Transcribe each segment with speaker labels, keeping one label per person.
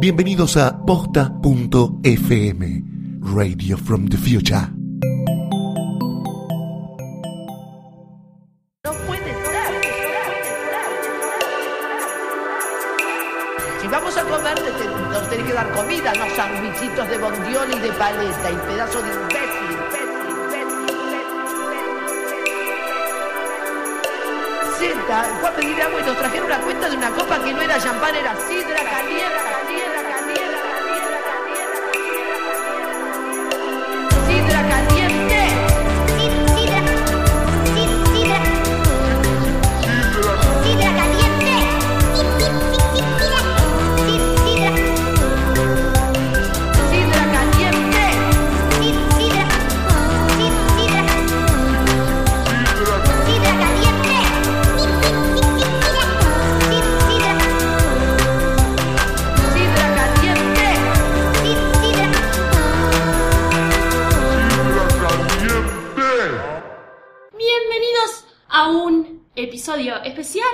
Speaker 1: Bienvenidos a posta.fm, Radio from the Future.
Speaker 2: No puede ser. Si vamos a comer, te- te- nos tenés que dar comida, no sandwichitos de bondiol y de paleta y pedazo de imbécil. Zeta fue a pedir agua y nos trajeron una cuenta de una copa que no era champán, era sidra caliente, caliente, caliente, caliente, caliente. Sidra caliente. Sidra caliente. Sidra caliente.
Speaker 3: Bienvenidos a un episodio especial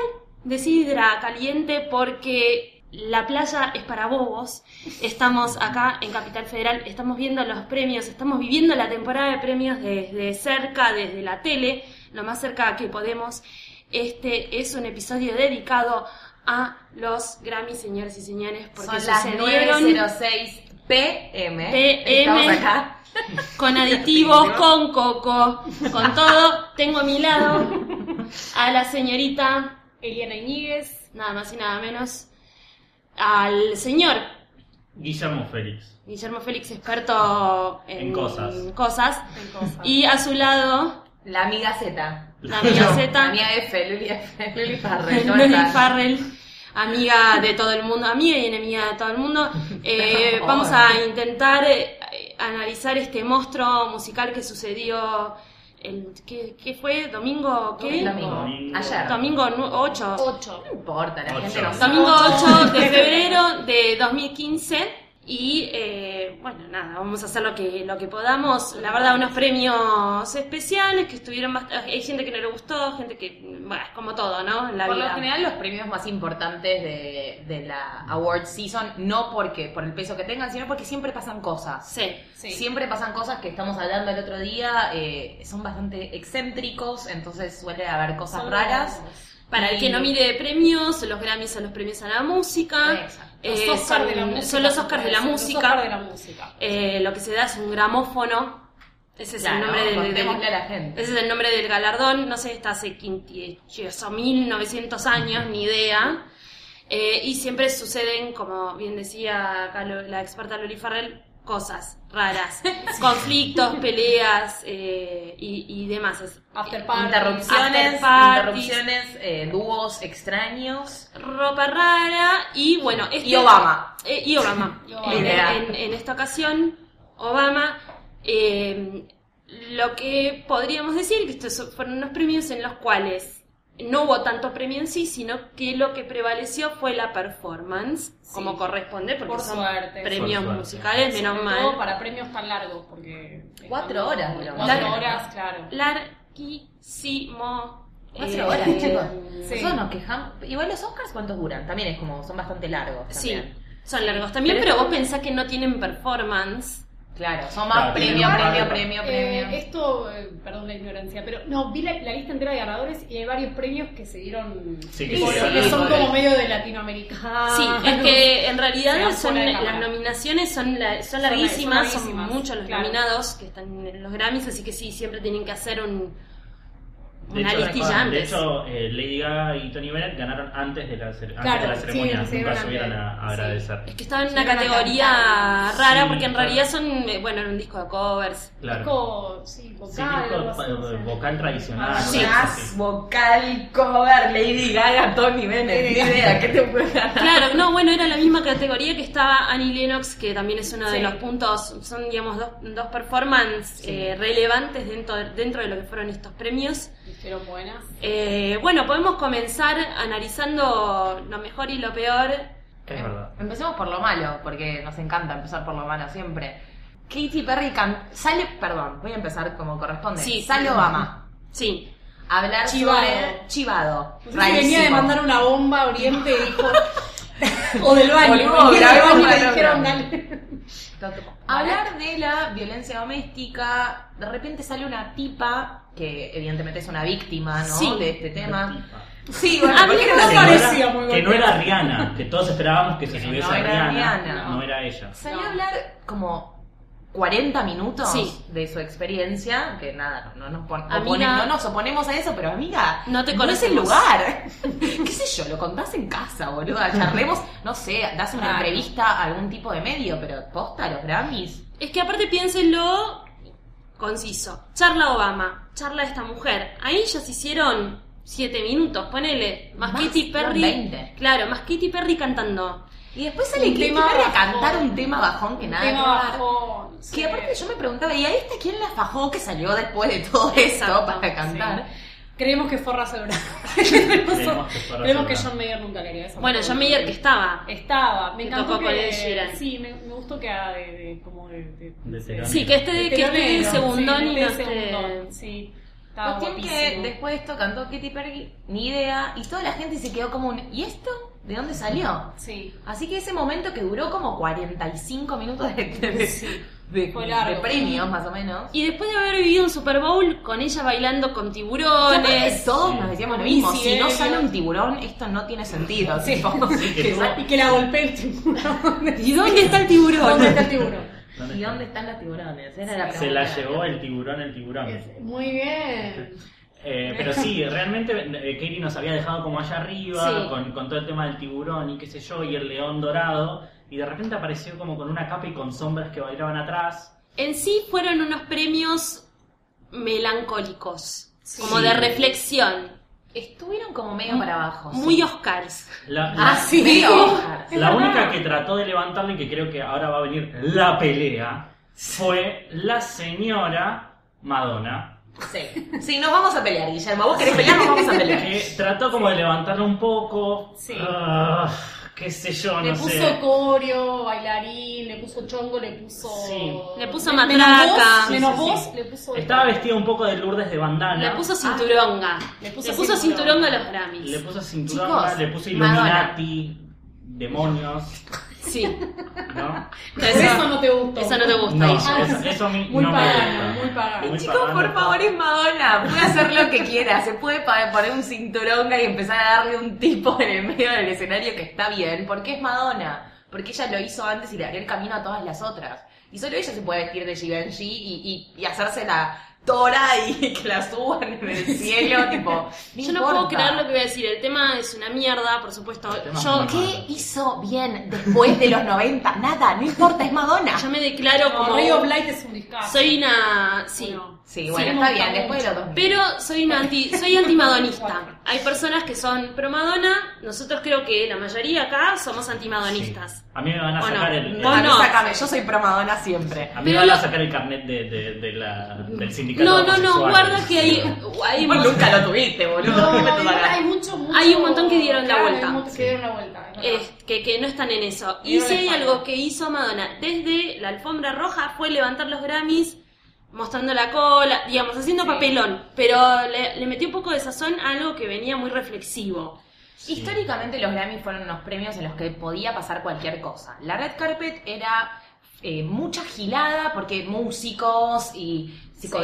Speaker 3: de Sidra Caliente porque la playa es para bobos. Estamos acá en Capital Federal, estamos viendo los premios, estamos viviendo la temporada de premios desde cerca, desde la tele, lo más cerca que podemos. Este es un episodio dedicado a los Grammy, señores y señores, porque
Speaker 4: Son las
Speaker 3: sucedieron
Speaker 4: 9.06 pm.
Speaker 3: PM.
Speaker 4: Estamos acá.
Speaker 3: con aditivos, con coco, con todo. Tengo a mi lado a la señorita Eliana Iñiguez, nada más y nada menos, al señor
Speaker 5: Guillermo Félix.
Speaker 3: Guillermo Félix, experto en,
Speaker 5: En cosas.
Speaker 3: cosas. y a su lado
Speaker 4: La amiga Z.
Speaker 3: la amiga
Speaker 4: La
Speaker 3: Z,
Speaker 4: amiga F, Luli F. Luli Farrell. ¿cómo
Speaker 3: Loli
Speaker 4: estás?
Speaker 3: Farrell. Amiga de todo el mundo, amiga y enemiga de todo el mundo. Eh, vamos a intentar eh, analizar este monstruo musical que sucedió. El, ¿qué, qué fue? ¿Domingo? ¿Qué?
Speaker 4: Domingo.
Speaker 5: Domingo.
Speaker 4: Ayer.
Speaker 3: Domingo 8.
Speaker 4: No importa, la gente
Speaker 5: Ocho.
Speaker 4: no sabe.
Speaker 3: Domingo 8 de febrero de 2015. Y eh, bueno, nada, vamos a hacer lo que, lo que podamos. La verdad, unos premios especiales que estuvieron bast- eh, Hay gente que no le gustó, gente que. Bueno, es como todo, ¿no? En la
Speaker 4: Por
Speaker 3: vida.
Speaker 4: lo general, los premios más importantes de, de la award season, no porque por el peso que tengan, sino porque siempre pasan cosas.
Speaker 3: Sí.
Speaker 4: Siempre pasan cosas que estamos hablando el otro día, eh, son bastante excéntricos, entonces suele haber cosas raras.
Speaker 3: Para el que no mire premios, los Grammys son los premios a la música.
Speaker 4: Exacto.
Speaker 3: Eh, son, son los Oscars de la música. Eh, lo que se da es un gramófono. Ese es
Speaker 4: Claro,
Speaker 3: el nombre del- del,
Speaker 4: contémosle a la gente.
Speaker 3: Ese es el nombre del galardón, no sé, está hace 58 mil 900 años, ni idea. Eh, y siempre suceden, como bien decía acá lo- la experta Loli Farrell, cosas raras. Conflictos, peleas eh, y, y demás. Es-
Speaker 4: Interrupciones,
Speaker 3: after parties,
Speaker 4: interrupciones, eh, dúos extraños.
Speaker 3: ropa rara y bueno... este-
Speaker 4: Y Obama.
Speaker 3: Eh, y Obama. En, en- en esta ocasión, Obama, eh, lo que podríamos decir, que estos fueron unos premios en los cuales no hubo tanto premio en sí, sino que lo que prevaleció fue la performance, como corresponde, porque
Speaker 6: Por
Speaker 3: son
Speaker 6: suerte.
Speaker 3: premios
Speaker 5: Por suerte.
Speaker 3: musicales, menos
Speaker 6: Sobre
Speaker 3: mal.
Speaker 6: todo para premios tan largos, porque.
Speaker 4: Cuatro
Speaker 6: estamos-
Speaker 4: horas, duró.
Speaker 6: Cuatro
Speaker 3: Largo.
Speaker 6: horas, claro.
Speaker 3: Larguísimo.
Speaker 4: Cuatro
Speaker 3: eh,
Speaker 4: horas, chicos.
Speaker 6: Sí.
Speaker 4: Nosotros nos quejamos. Igual los Oscars, ¿cuántos duran? También es como, son bastante largos.
Speaker 3: Sí,
Speaker 4: también.
Speaker 3: son largos también,
Speaker 4: Pero
Speaker 3: pero
Speaker 4: esto-
Speaker 3: vos pensás que no tienen performance.
Speaker 4: Claro, son más
Speaker 5: Claro,
Speaker 4: premio,
Speaker 5: tiene
Speaker 4: premio,
Speaker 5: más-
Speaker 4: premio,
Speaker 6: Eh,
Speaker 4: premio.
Speaker 6: esto, eh, perdón la ignorancia, pero no, vi la, la lista entera de ganadores y hay varios premios que se dieron.
Speaker 5: Sí,
Speaker 6: que
Speaker 5: que se
Speaker 6: que son
Speaker 5: dieron.
Speaker 6: como medio de latinoamericano.
Speaker 3: Sí, es que en
Speaker 6: Se
Speaker 3: realidad
Speaker 6: van
Speaker 3: son,
Speaker 6: Ah. fuera de
Speaker 3: las
Speaker 6: cámara.
Speaker 3: nominaciones son, la- son
Speaker 6: Son-
Speaker 3: larguísimas, son,
Speaker 6: son larguísimas,
Speaker 3: muchos los
Speaker 6: claro.
Speaker 3: nominados que están en los Grammys, así que sí, siempre tienen que hacer un,
Speaker 5: De
Speaker 3: una
Speaker 5: hecho,
Speaker 3: listilla
Speaker 5: recuerden,
Speaker 3: antes.
Speaker 5: de hecho, eh, Lady Gaga y Tony Bennett ganaron antes de la, cer- antes
Speaker 6: Claro,
Speaker 5: de la
Speaker 6: sí,
Speaker 5: ceremonia.
Speaker 6: se
Speaker 5: Nunca
Speaker 6: dieron
Speaker 5: subieron
Speaker 6: antes.
Speaker 5: a, a
Speaker 6: Sí.
Speaker 5: agradecer.
Speaker 3: es que estaban en una
Speaker 6: Llegaron a
Speaker 3: categoría
Speaker 6: cantar.
Speaker 3: rara
Speaker 5: Sí,
Speaker 3: porque en
Speaker 5: claro.
Speaker 3: realidad son, eh, bueno, era un disco de covers.
Speaker 5: Claro.
Speaker 6: Disco, sí, vocal.
Speaker 5: Sí, disco,
Speaker 6: algo así,
Speaker 5: eh,
Speaker 6: no sé.
Speaker 5: vocal tradicional.
Speaker 6: Sí.
Speaker 5: una cosa
Speaker 4: Jazz,
Speaker 5: así.
Speaker 4: vocal, cover, Lady Gaga, Tony Bennett. Ni idea, ¿qué te puede dar?
Speaker 3: Claro, no, bueno, era la misma categoría que estaba Annie Lennox, que también es uno de
Speaker 6: Sí.
Speaker 3: los puntos, son, digamos, dos, dos performances eh, relevantes dentro, dentro de lo que fueron estos premios.
Speaker 6: Estuvieron buenas.
Speaker 3: Eh, bueno, podemos comenzar analizando lo mejor y lo peor.
Speaker 5: Es verdad.
Speaker 4: Empecemos por lo malo, porque nos encanta empezar por lo malo siempre. Katy Perry can- sale, perdón, voy a empezar como corresponde.
Speaker 3: Sí.
Speaker 4: sale Obama.
Speaker 3: Sí,
Speaker 4: a Hablar
Speaker 6: Chivado.
Speaker 4: sobre chivado.
Speaker 6: No sé si venía de
Speaker 4: Rarísimo.
Speaker 6: mandar una bomba a Oriente y dijo: O del baño.
Speaker 4: Boludo,
Speaker 6: Del
Speaker 4: grabemos
Speaker 6: baño,
Speaker 4: para
Speaker 6: dijeron,
Speaker 4: otro.
Speaker 6: dale.
Speaker 4: Hablar de la violencia doméstica, de repente sale una tipa que evidentemente es una víctima, ¿no?
Speaker 3: Sí.
Speaker 4: De este tema.
Speaker 5: Tipa.
Speaker 4: Sí,
Speaker 3: bueno, ¿por qué no
Speaker 5: Que
Speaker 3: me
Speaker 5: no era-
Speaker 6: parecía muy
Speaker 5: Que no
Speaker 6: golpeada.
Speaker 5: era Rihanna, que todos esperábamos que se
Speaker 4: Que
Speaker 5: subiese
Speaker 4: no
Speaker 5: a
Speaker 4: era
Speaker 5: Rihanna.
Speaker 4: Rihanna.
Speaker 5: No era ella.
Speaker 4: Salió
Speaker 6: No.
Speaker 4: a hablar como 40 minutos
Speaker 3: Sí.
Speaker 4: de su experiencia, que nada, no, no nos pon-
Speaker 3: Amiga.
Speaker 4: opone- no nos oponemos a eso, pero amiga,
Speaker 3: No te
Speaker 4: es el
Speaker 3: conocemos.
Speaker 4: lugar. ¿Qué sé yo? Lo contás en casa, boluda. Charlemos, no sé, das una
Speaker 6: Claro.
Speaker 4: entrevista a algún tipo de medio, pero posta los Grammys.
Speaker 3: Es que aparte piénsenlo conciso. Charla Obama, charla esta mujer. Ahí ya se hicieron siete minutos, ponele. Más,
Speaker 4: Más,
Speaker 3: Katy Perry.
Speaker 4: eran 20.
Speaker 3: Claro, más Katy Perry cantando.
Speaker 4: Y después sale
Speaker 6: Un
Speaker 4: Katy Perry
Speaker 6: tema
Speaker 4: a
Speaker 6: bajón.
Speaker 4: cantar un tema bajón que nada.
Speaker 6: Tema
Speaker 4: que ver.
Speaker 6: bajón, sí.
Speaker 4: Que aparte yo me preguntaba, ¿y a esta quién la fajó que salió después de todo eso
Speaker 3: Exacto,
Speaker 4: para cantar?
Speaker 6: Creemos que fue raza Brown.
Speaker 5: Creemos que fue Russell
Speaker 6: Creemos que
Speaker 5: Brand.
Speaker 6: John Mayer nunca quería esa
Speaker 3: Bueno,
Speaker 6: foto.
Speaker 3: John Mayer que estaba.
Speaker 6: Estaba, me
Speaker 3: Que
Speaker 6: encantó
Speaker 3: tocó
Speaker 6: que,
Speaker 3: con Ed Sheeran.
Speaker 6: Sí, me, me gustó que haga de, de- como de, de-
Speaker 5: De
Speaker 6: sí.
Speaker 5: telón.
Speaker 3: Sí, que este, que este
Speaker 6: telonero,
Speaker 3: segundón
Speaker 6: sí,
Speaker 3: y
Speaker 6: de
Speaker 3: no esté...
Speaker 6: segundón, sí. Estaba
Speaker 4: Cuestión que
Speaker 6: guapísimo.
Speaker 4: después de esto cantó Katy Perry, ni idea, y toda la gente se quedó como un, ¿y esto? ¿De dónde salió?
Speaker 6: Sí.
Speaker 4: Así que ese momento que duró como 45 minutos de, de, de-
Speaker 6: Fue largo.
Speaker 4: de premios, más o menos.
Speaker 3: Y después de haber vivido un Super Bowl con ella bailando con
Speaker 4: Y aparte
Speaker 3: tiburones.
Speaker 4: todos
Speaker 5: Sí.
Speaker 4: nos decíamos lo mismo,
Speaker 6: Y si
Speaker 4: si no
Speaker 6: él-
Speaker 4: sale un tiburón, esto no tiene sentido.
Speaker 6: Sí.
Speaker 4: tipo.
Speaker 5: que tuvo-
Speaker 6: Y que la golpeé el tiburón.
Speaker 3: ¿Y dónde está el tiburón?
Speaker 6: ¿Dónde está el tiburón?
Speaker 5: ¿Dónde
Speaker 4: ¿Y
Speaker 5: está?
Speaker 4: dónde están los tiburones? Era la
Speaker 5: Se la
Speaker 4: pregunta.
Speaker 5: llevó el tiburón, el tiburón.
Speaker 6: Muy bien.
Speaker 5: Eh, pero sí, realmente eh, Katie nos había dejado como allá arriba,
Speaker 3: Sí.
Speaker 5: con, con todo el tema del tiburón y qué sé yo, y el león dorado, y de repente apareció como con una capa y con sombras que bailaban atrás.
Speaker 3: En sí fueron unos premios melancólicos,
Speaker 6: Sí.
Speaker 3: como de reflexión,
Speaker 4: Estuvieron como medio para abajo. sí.
Speaker 3: muy Oscars.
Speaker 5: La, la-
Speaker 4: Ah, sí.
Speaker 6: Sí.
Speaker 4: Oscar.
Speaker 5: la única que trató de levantarle, y que creo que ahora va a venir la pelea, fue la señora Madonna,
Speaker 4: Sí. Sí, nos vamos a pelear, Guillermo. Vos querés pelear, nos vamos a pelear.
Speaker 5: que trató como de levantarlo un poco.
Speaker 6: Sí.
Speaker 5: Ah, qué sé yo,
Speaker 6: Le
Speaker 5: no
Speaker 6: puso
Speaker 5: sé.
Speaker 6: coreo, bailarín, le puso chongo, le puso.
Speaker 5: Sí.
Speaker 3: Le puso
Speaker 6: Men-
Speaker 3: matraca.
Speaker 5: Sí, sí,
Speaker 6: Menos voz, menos
Speaker 5: sí.
Speaker 6: voz, le puso.
Speaker 5: Estaba vestida un poco de Lourdes de bandana.
Speaker 3: Le puso cinturonga.
Speaker 6: le
Speaker 3: le
Speaker 6: puso
Speaker 3: puso, cinturón
Speaker 6: cinturonga.
Speaker 3: a los Grammys.
Speaker 5: Le puso cinturón,
Speaker 4: Chicos,
Speaker 5: le puso
Speaker 4: Madonna.
Speaker 5: Illuminati, demonios,
Speaker 3: Sí.
Speaker 5: ¿no?
Speaker 6: Eso, no te gustó.
Speaker 3: eso no te gustó.
Speaker 5: No, Ah,
Speaker 3: Guille.
Speaker 5: eso, eso a mí
Speaker 6: Muy
Speaker 5: no
Speaker 6: pagano,
Speaker 5: me gusta.
Speaker 6: muy pagano.
Speaker 4: Chicos, por
Speaker 5: pagano.
Speaker 4: favor, es Madonna. Puede hacer lo que quiera. Se puede pa- poner un cinturón y empezar a darle un tipo en el medio del escenario que está bien. Porque es Madonna. Porque ella lo hizo antes y le abrió el camino a todas las otras. Y solo ella se puede vestir de Givenchy y, y, y hacerse la tora y que la suban en el cielo. tipo, no
Speaker 3: Yo no
Speaker 4: importa.
Speaker 3: puedo creer lo que voy a decir. El tema es una mierda, por supuesto.
Speaker 5: tema es
Speaker 3: Yo,
Speaker 5: muy malo.
Speaker 4: ¿Qué hizo bien después de los 90? Nada, no importa, es Madonna.
Speaker 3: yo me declaro
Speaker 6: Como
Speaker 3: como.
Speaker 6: Ray of Light es un discazo.
Speaker 3: Soy una. Sí.
Speaker 6: Bueno,
Speaker 4: Sí,
Speaker 6: sí,
Speaker 4: bueno,
Speaker 6: me
Speaker 4: está
Speaker 6: gusta
Speaker 4: bien, después de los 2000.
Speaker 3: Pero soy una anti, soy antimadonista. Hay personas que son pro Madonna, nosotros creo que la mayoría acá somos antimadonistas.
Speaker 5: Sí. A mí me van a
Speaker 3: ¿O
Speaker 5: sacar
Speaker 3: no?
Speaker 5: el... el-
Speaker 3: No,
Speaker 4: A mí
Speaker 3: no.
Speaker 4: sácame, yo soy pro Madonna siempre.
Speaker 5: A mí me
Speaker 3: Pero
Speaker 5: van a
Speaker 3: lo-
Speaker 5: sacar el carnet de, de- de la, del sindicato
Speaker 3: No,
Speaker 5: de
Speaker 3: no, no,
Speaker 5: homosexuales.
Speaker 3: guarda que hay, hay,
Speaker 4: Vos
Speaker 3: mon-
Speaker 4: nunca lo tuviste, boludo. ¿qué me
Speaker 6: No,
Speaker 4: tocará?
Speaker 6: hay, mucho, mucho-
Speaker 3: Hay un montón que dieron la
Speaker 6: Claro,
Speaker 3: vuelta.
Speaker 6: Hay muchos que dieron la vuelta. es verdad.
Speaker 3: eh, que, que no están en eso.
Speaker 6: Y
Speaker 3: Y
Speaker 6: no
Speaker 3: si
Speaker 6: les
Speaker 3: hay
Speaker 6: falta.
Speaker 3: algo que hizo Madonna desde la alfombra roja fue levantar los Grammys, mostrando la cola, digamos, haciendo
Speaker 6: Sí.
Speaker 3: papelón, pero le, le metió un poco de sazón a algo que venía muy reflexivo.
Speaker 5: Sí.
Speaker 4: Históricamente los Grammy fueron unos premios en los que podía pasar cualquier cosa. La red carpet era eh, mucha gilada porque músicos y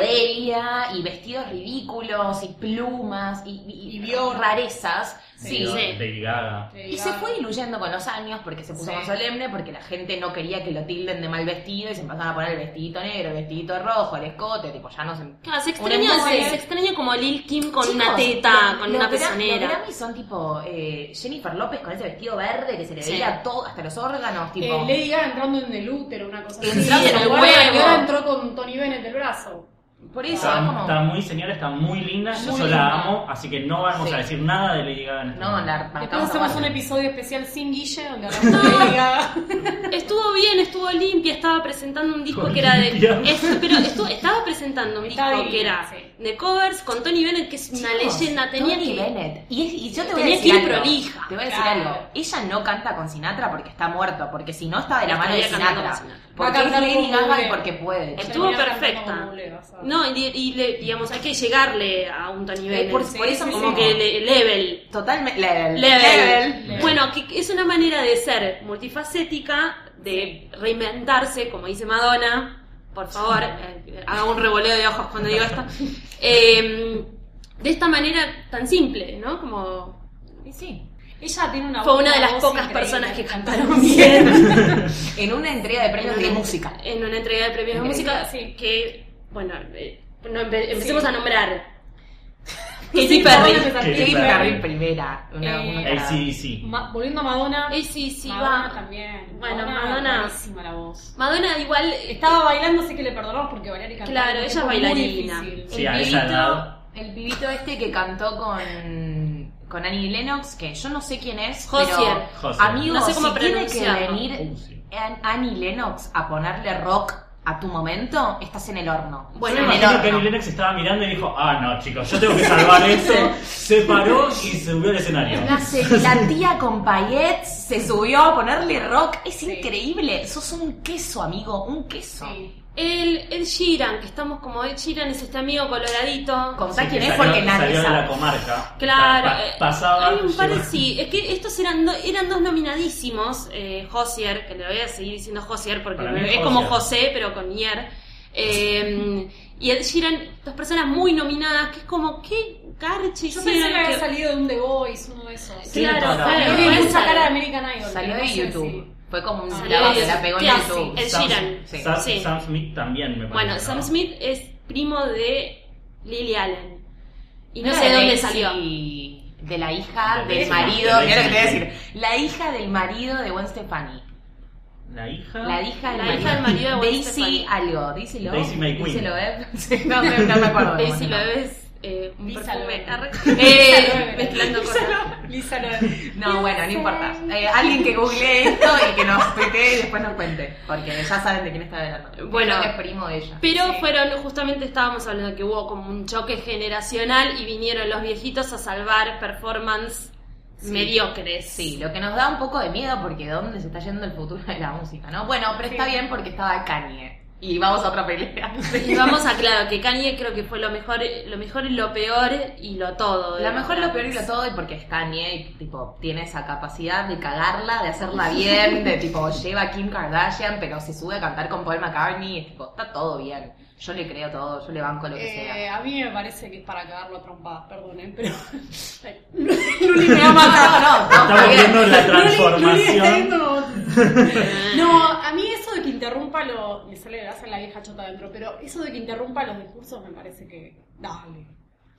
Speaker 4: psicodelia y vestidos ridículos y plumas y, y,
Speaker 6: Y vio-
Speaker 4: rarezas.
Speaker 6: Sí.
Speaker 4: Sí.
Speaker 3: Sí.
Speaker 5: Lady Gaga.
Speaker 6: Te
Speaker 4: Y
Speaker 6: digo
Speaker 4: se
Speaker 6: algo.
Speaker 4: fue diluyendo con los años porque se puso
Speaker 6: Sí.
Speaker 4: más solemne, porque la gente no quería que lo tilden de mal vestido y se empezaban a poner el vestidito negro, el vestidito rojo, el escote, tipo, ya no se...
Speaker 3: Claro, se
Speaker 4: Un
Speaker 3: extraña,
Speaker 4: embole.
Speaker 3: se, se extraña como Lil Kim con
Speaker 4: Chicos,
Speaker 3: una teta,
Speaker 4: lo-
Speaker 3: con
Speaker 4: los
Speaker 3: una
Speaker 4: Gra-
Speaker 3: pezonera.
Speaker 4: Los Grammys son tipo eh, Jennifer López con ese vestido verde que se le
Speaker 3: Sí.
Speaker 4: veía todo, hasta los órganos,
Speaker 6: Eh,
Speaker 4: tipo.
Speaker 6: Lady Gaga entrando en el útero, una cosa así.
Speaker 4: Entrando
Speaker 3: en el
Speaker 6: Guarda,
Speaker 3: huevo.
Speaker 6: que ahora entró con Tony Bennett del brazo.
Speaker 4: Por eso
Speaker 5: Está,
Speaker 4: es como.
Speaker 5: está muy señora, está muy linda, yo
Speaker 4: Muy
Speaker 5: la
Speaker 4: linda.
Speaker 5: amo, así que no vamos
Speaker 4: Sí.
Speaker 5: a decir nada de Lady Gaga en este
Speaker 4: No,
Speaker 5: momento.
Speaker 4: la
Speaker 6: Después
Speaker 4: bancamos
Speaker 6: hacemos un
Speaker 4: aparte.
Speaker 6: episodio especial sin Guille donde hablamos de Lady Gaga.
Speaker 3: Estuvo bien, estuvo limpia, estaba presentando un disco
Speaker 5: Estuvo
Speaker 3: que era de...
Speaker 5: limpia.
Speaker 3: es- pero estu- estaba presentando un disco
Speaker 6: Estaba
Speaker 3: que
Speaker 6: divina,
Speaker 3: era
Speaker 6: sí.
Speaker 3: de covers con Tony Bennett, que es una
Speaker 4: Chicos,
Speaker 3: leyenda. Tenía
Speaker 4: Tony
Speaker 3: que-
Speaker 4: Bennett. Y, es- y yo te voy
Speaker 3: Tenía
Speaker 4: a decir
Speaker 3: que ir
Speaker 4: algo.
Speaker 3: prolija.
Speaker 4: Te voy a decir
Speaker 6: Claro.
Speaker 4: algo. Ella no canta con Sinatra porque está muerto, porque si no está de la
Speaker 3: No
Speaker 4: mano de
Speaker 3: estaría cantando
Speaker 4: Sinatra.
Speaker 3: con Sinatra.
Speaker 6: Va a
Speaker 4: Porque es
Speaker 6: cantar
Speaker 4: Lady
Speaker 6: con
Speaker 4: Gaga y
Speaker 6: Google.
Speaker 4: porque puede.
Speaker 3: Eh, Estuvo
Speaker 6: Terminar cantando
Speaker 3: perfecta.
Speaker 6: como Google, vas a ver.
Speaker 3: No, y, di- y le- digamos, hay que llegarle a un Tony Bennett.
Speaker 4: por-
Speaker 6: Sí,
Speaker 4: por eso
Speaker 6: sí,
Speaker 3: como
Speaker 6: sí.
Speaker 3: que le- level.
Speaker 4: Totalmente. Level.
Speaker 3: Level.
Speaker 4: Level.
Speaker 3: Bueno, que que es una manera de ser multifacética, de reinventarse, como dice Madonna. Por favor, eh, haga un revoleo de ojos cuando digo esto. Eh, de esta manera tan simple, ¿no? Como
Speaker 4: Y sí.
Speaker 6: Ella tiene una
Speaker 3: fue
Speaker 6: voz-
Speaker 3: una de las
Speaker 6: voz
Speaker 3: pocas
Speaker 6: increíble,
Speaker 3: personas que
Speaker 6: canta
Speaker 3: cantaron bien.
Speaker 4: En una entrega de premios
Speaker 3: En
Speaker 4: de
Speaker 3: una-
Speaker 4: música.
Speaker 3: En una entrega de premios de
Speaker 6: Increíble,
Speaker 3: música,
Speaker 6: sí.
Speaker 3: que, bueno, eh, no, empe- empecemos
Speaker 6: Sí.
Speaker 3: a nombrar. Katy
Speaker 6: Sí, vamos
Speaker 3: Perry.
Speaker 6: a empezar.
Speaker 5: Katy
Speaker 4: Katy
Speaker 5: Perry.
Speaker 4: Perry primera. Una,
Speaker 6: Eh,
Speaker 4: una
Speaker 5: El
Speaker 4: cara.
Speaker 5: sí, sí.
Speaker 6: Ma- volviendo a Madonna.
Speaker 3: Eh, sí, sí,
Speaker 6: Madonna
Speaker 3: va.
Speaker 6: también.
Speaker 3: Bueno, Madonna-
Speaker 6: Madonna. buenísima la voz.
Speaker 3: Madonna igual estaba...
Speaker 6: Estaba bailando, así que le perdonamos porque bailar y cantar.
Speaker 3: Claro,
Speaker 6: es
Speaker 3: ella
Speaker 6: un
Speaker 3: es
Speaker 6: poco muy
Speaker 3: bailarina.
Speaker 6: difícil.
Speaker 5: Sí,
Speaker 4: el
Speaker 5: a
Speaker 4: pibito,
Speaker 5: esa edad.
Speaker 4: El pibito este que cantó con, con Annie Lennox, que yo no sé quién es.
Speaker 3: Josier.
Speaker 4: Pero,
Speaker 5: Josier.
Speaker 4: Amigo,
Speaker 3: No sé cómo
Speaker 4: si tiene que
Speaker 3: pronunciarlo.
Speaker 4: venir
Speaker 5: Uh, sí.
Speaker 4: An- Annie Lennox a ponerle rock a tu momento, estás en el horno.
Speaker 3: Bueno,
Speaker 5: Yo me
Speaker 4: en el
Speaker 5: imagino que Annie
Speaker 4: horno.
Speaker 5: Lennox estaba mirando y dijo, ah, no, chicos, yo tengo que salvar esto. Se paró y se subió al escenario.
Speaker 4: La, se- la tía con paillettes se subió a ponerle rock. Es
Speaker 6: Sí.
Speaker 4: increíble. Sos un queso, amigo. Un queso.
Speaker 6: Sí.
Speaker 3: El, el Sheeran, que estamos como Ed Sheeran, es este amigo coloradito.
Speaker 4: Contá
Speaker 5: Sí,
Speaker 4: quién
Speaker 5: que
Speaker 4: es
Speaker 5: salió-
Speaker 4: porque nadie
Speaker 5: Salió de la
Speaker 4: sabe.
Speaker 5: comarca.
Speaker 3: Claro,
Speaker 5: Pa-
Speaker 3: eh,
Speaker 5: pasaba.
Speaker 3: hay un par de-
Speaker 5: llegó-
Speaker 3: sí, es que estos eran, do- eran dos nominadísimos, eh, Josier, que le voy a seguir diciendo Josier porque
Speaker 5: Para
Speaker 3: me-
Speaker 5: mí
Speaker 3: es
Speaker 5: es
Speaker 3: como
Speaker 5: Josier.
Speaker 3: José, pero con Ier. Eh, y Ed Sheeran, dos personas muy nominadas, que es como, qué garche
Speaker 6: Yo
Speaker 3: hicieron
Speaker 6: pensé que había
Speaker 3: que-
Speaker 6: salido de un The Voice, uno de esos.
Speaker 5: Sí,
Speaker 3: Claro,
Speaker 5: para-
Speaker 3: claro,
Speaker 6: Pero
Speaker 5: Pero
Speaker 6: tiene
Speaker 3: puede
Speaker 6: mucha
Speaker 3: ser.
Speaker 6: cara de American Idol.
Speaker 4: Salió
Speaker 6: no
Speaker 4: de
Speaker 6: sé
Speaker 4: YouTube.
Speaker 6: si-
Speaker 4: Fue como un
Speaker 6: Ah,
Speaker 4: la,
Speaker 6: sí.
Speaker 4: la pegó en
Speaker 3: Claro,
Speaker 4: YouTube.
Speaker 3: sí, el
Speaker 5: Sam-
Speaker 3: Sheeran.
Speaker 4: Sí.
Speaker 5: Sam,
Speaker 3: Sí.
Speaker 5: Sam Smith también me parece.
Speaker 3: Bueno,
Speaker 5: ¿no?
Speaker 3: Sam Smith es primo de Lily Allen. Y no
Speaker 4: Era
Speaker 3: sé de dónde
Speaker 4: Daisy,
Speaker 3: salió.
Speaker 4: De la hija
Speaker 5: De
Speaker 4: del
Speaker 5: Daisy,
Speaker 4: marido.
Speaker 5: de Daisy.
Speaker 4: Mira lo que te voy a decir. La hija del marido de Gwen Stefani.
Speaker 5: La hija.
Speaker 4: La hija del,
Speaker 3: La
Speaker 4: marido.
Speaker 3: hija del marido de Gwen
Speaker 4: Daisy
Speaker 3: Stefani.
Speaker 4: algo. Díselo.
Speaker 5: Daisy May Queen.
Speaker 4: Díselo, ¿eh? Sí, no, sé, no me acuerdo.
Speaker 3: Daisy
Speaker 4: Bueno,
Speaker 3: lo es eh, un
Speaker 6: Lisa
Speaker 3: perfume.
Speaker 4: Ah,
Speaker 6: Loeb.
Speaker 3: Arre-
Speaker 6: Lisa
Speaker 3: Eh,
Speaker 6: Loeb.
Speaker 3: mezclando
Speaker 6: Lisa
Speaker 3: cosas.
Speaker 6: Loeb. Lisa Loeb.
Speaker 4: No, No, bueno, no importa. Eh, alguien que googlee esto y que nos tuitee y después nos cuente. Porque ya saben de quién está hablando.
Speaker 3: Bueno.
Speaker 4: Creo que es primo de ella.
Speaker 3: Pero
Speaker 6: Sí.
Speaker 3: fueron, justamente estábamos hablando que hubo como un choque generacional y vinieron los viejitos a salvar performance
Speaker 4: Sí.
Speaker 3: mediocres.
Speaker 4: Sí, lo que nos da un poco de miedo porque dónde se está yendo el futuro de la música, ¿no? Bueno, pero está
Speaker 6: Sí.
Speaker 4: bien porque estaba Kanye. Y vamos a otra pelea.
Speaker 3: Y vamos a claro que Kanye creo que fue lo mejor, lo mejor y lo peor y lo todo. de
Speaker 4: Lo mejor,
Speaker 3: los
Speaker 4: lo peor y lo
Speaker 3: Grammys.
Speaker 4: todo, y porque es Kanye, y tipo, tiene esa capacidad de cagarla, de hacerla bien, de tipo, lleva a Kim Kardashian, pero se sube a cantar con Paul McCartney, y es tipo, está todo bien. Yo le creo todo, yo le banco lo que
Speaker 6: Eh,
Speaker 4: sea.
Speaker 6: a mí me parece que es para cagarlo a trompadas, perdonen, pero. Luli me va a matar.
Speaker 4: No, no, está
Speaker 5: Estamos
Speaker 4: bien.
Speaker 5: viendo la
Speaker 6: Luli está
Speaker 5: transformación.
Speaker 6: viendo- No, a mí eso de que interrumpa lo. Me sale grasa en la vieja chota adentro, pero eso de que interrumpa los discursos me parece que. Dale.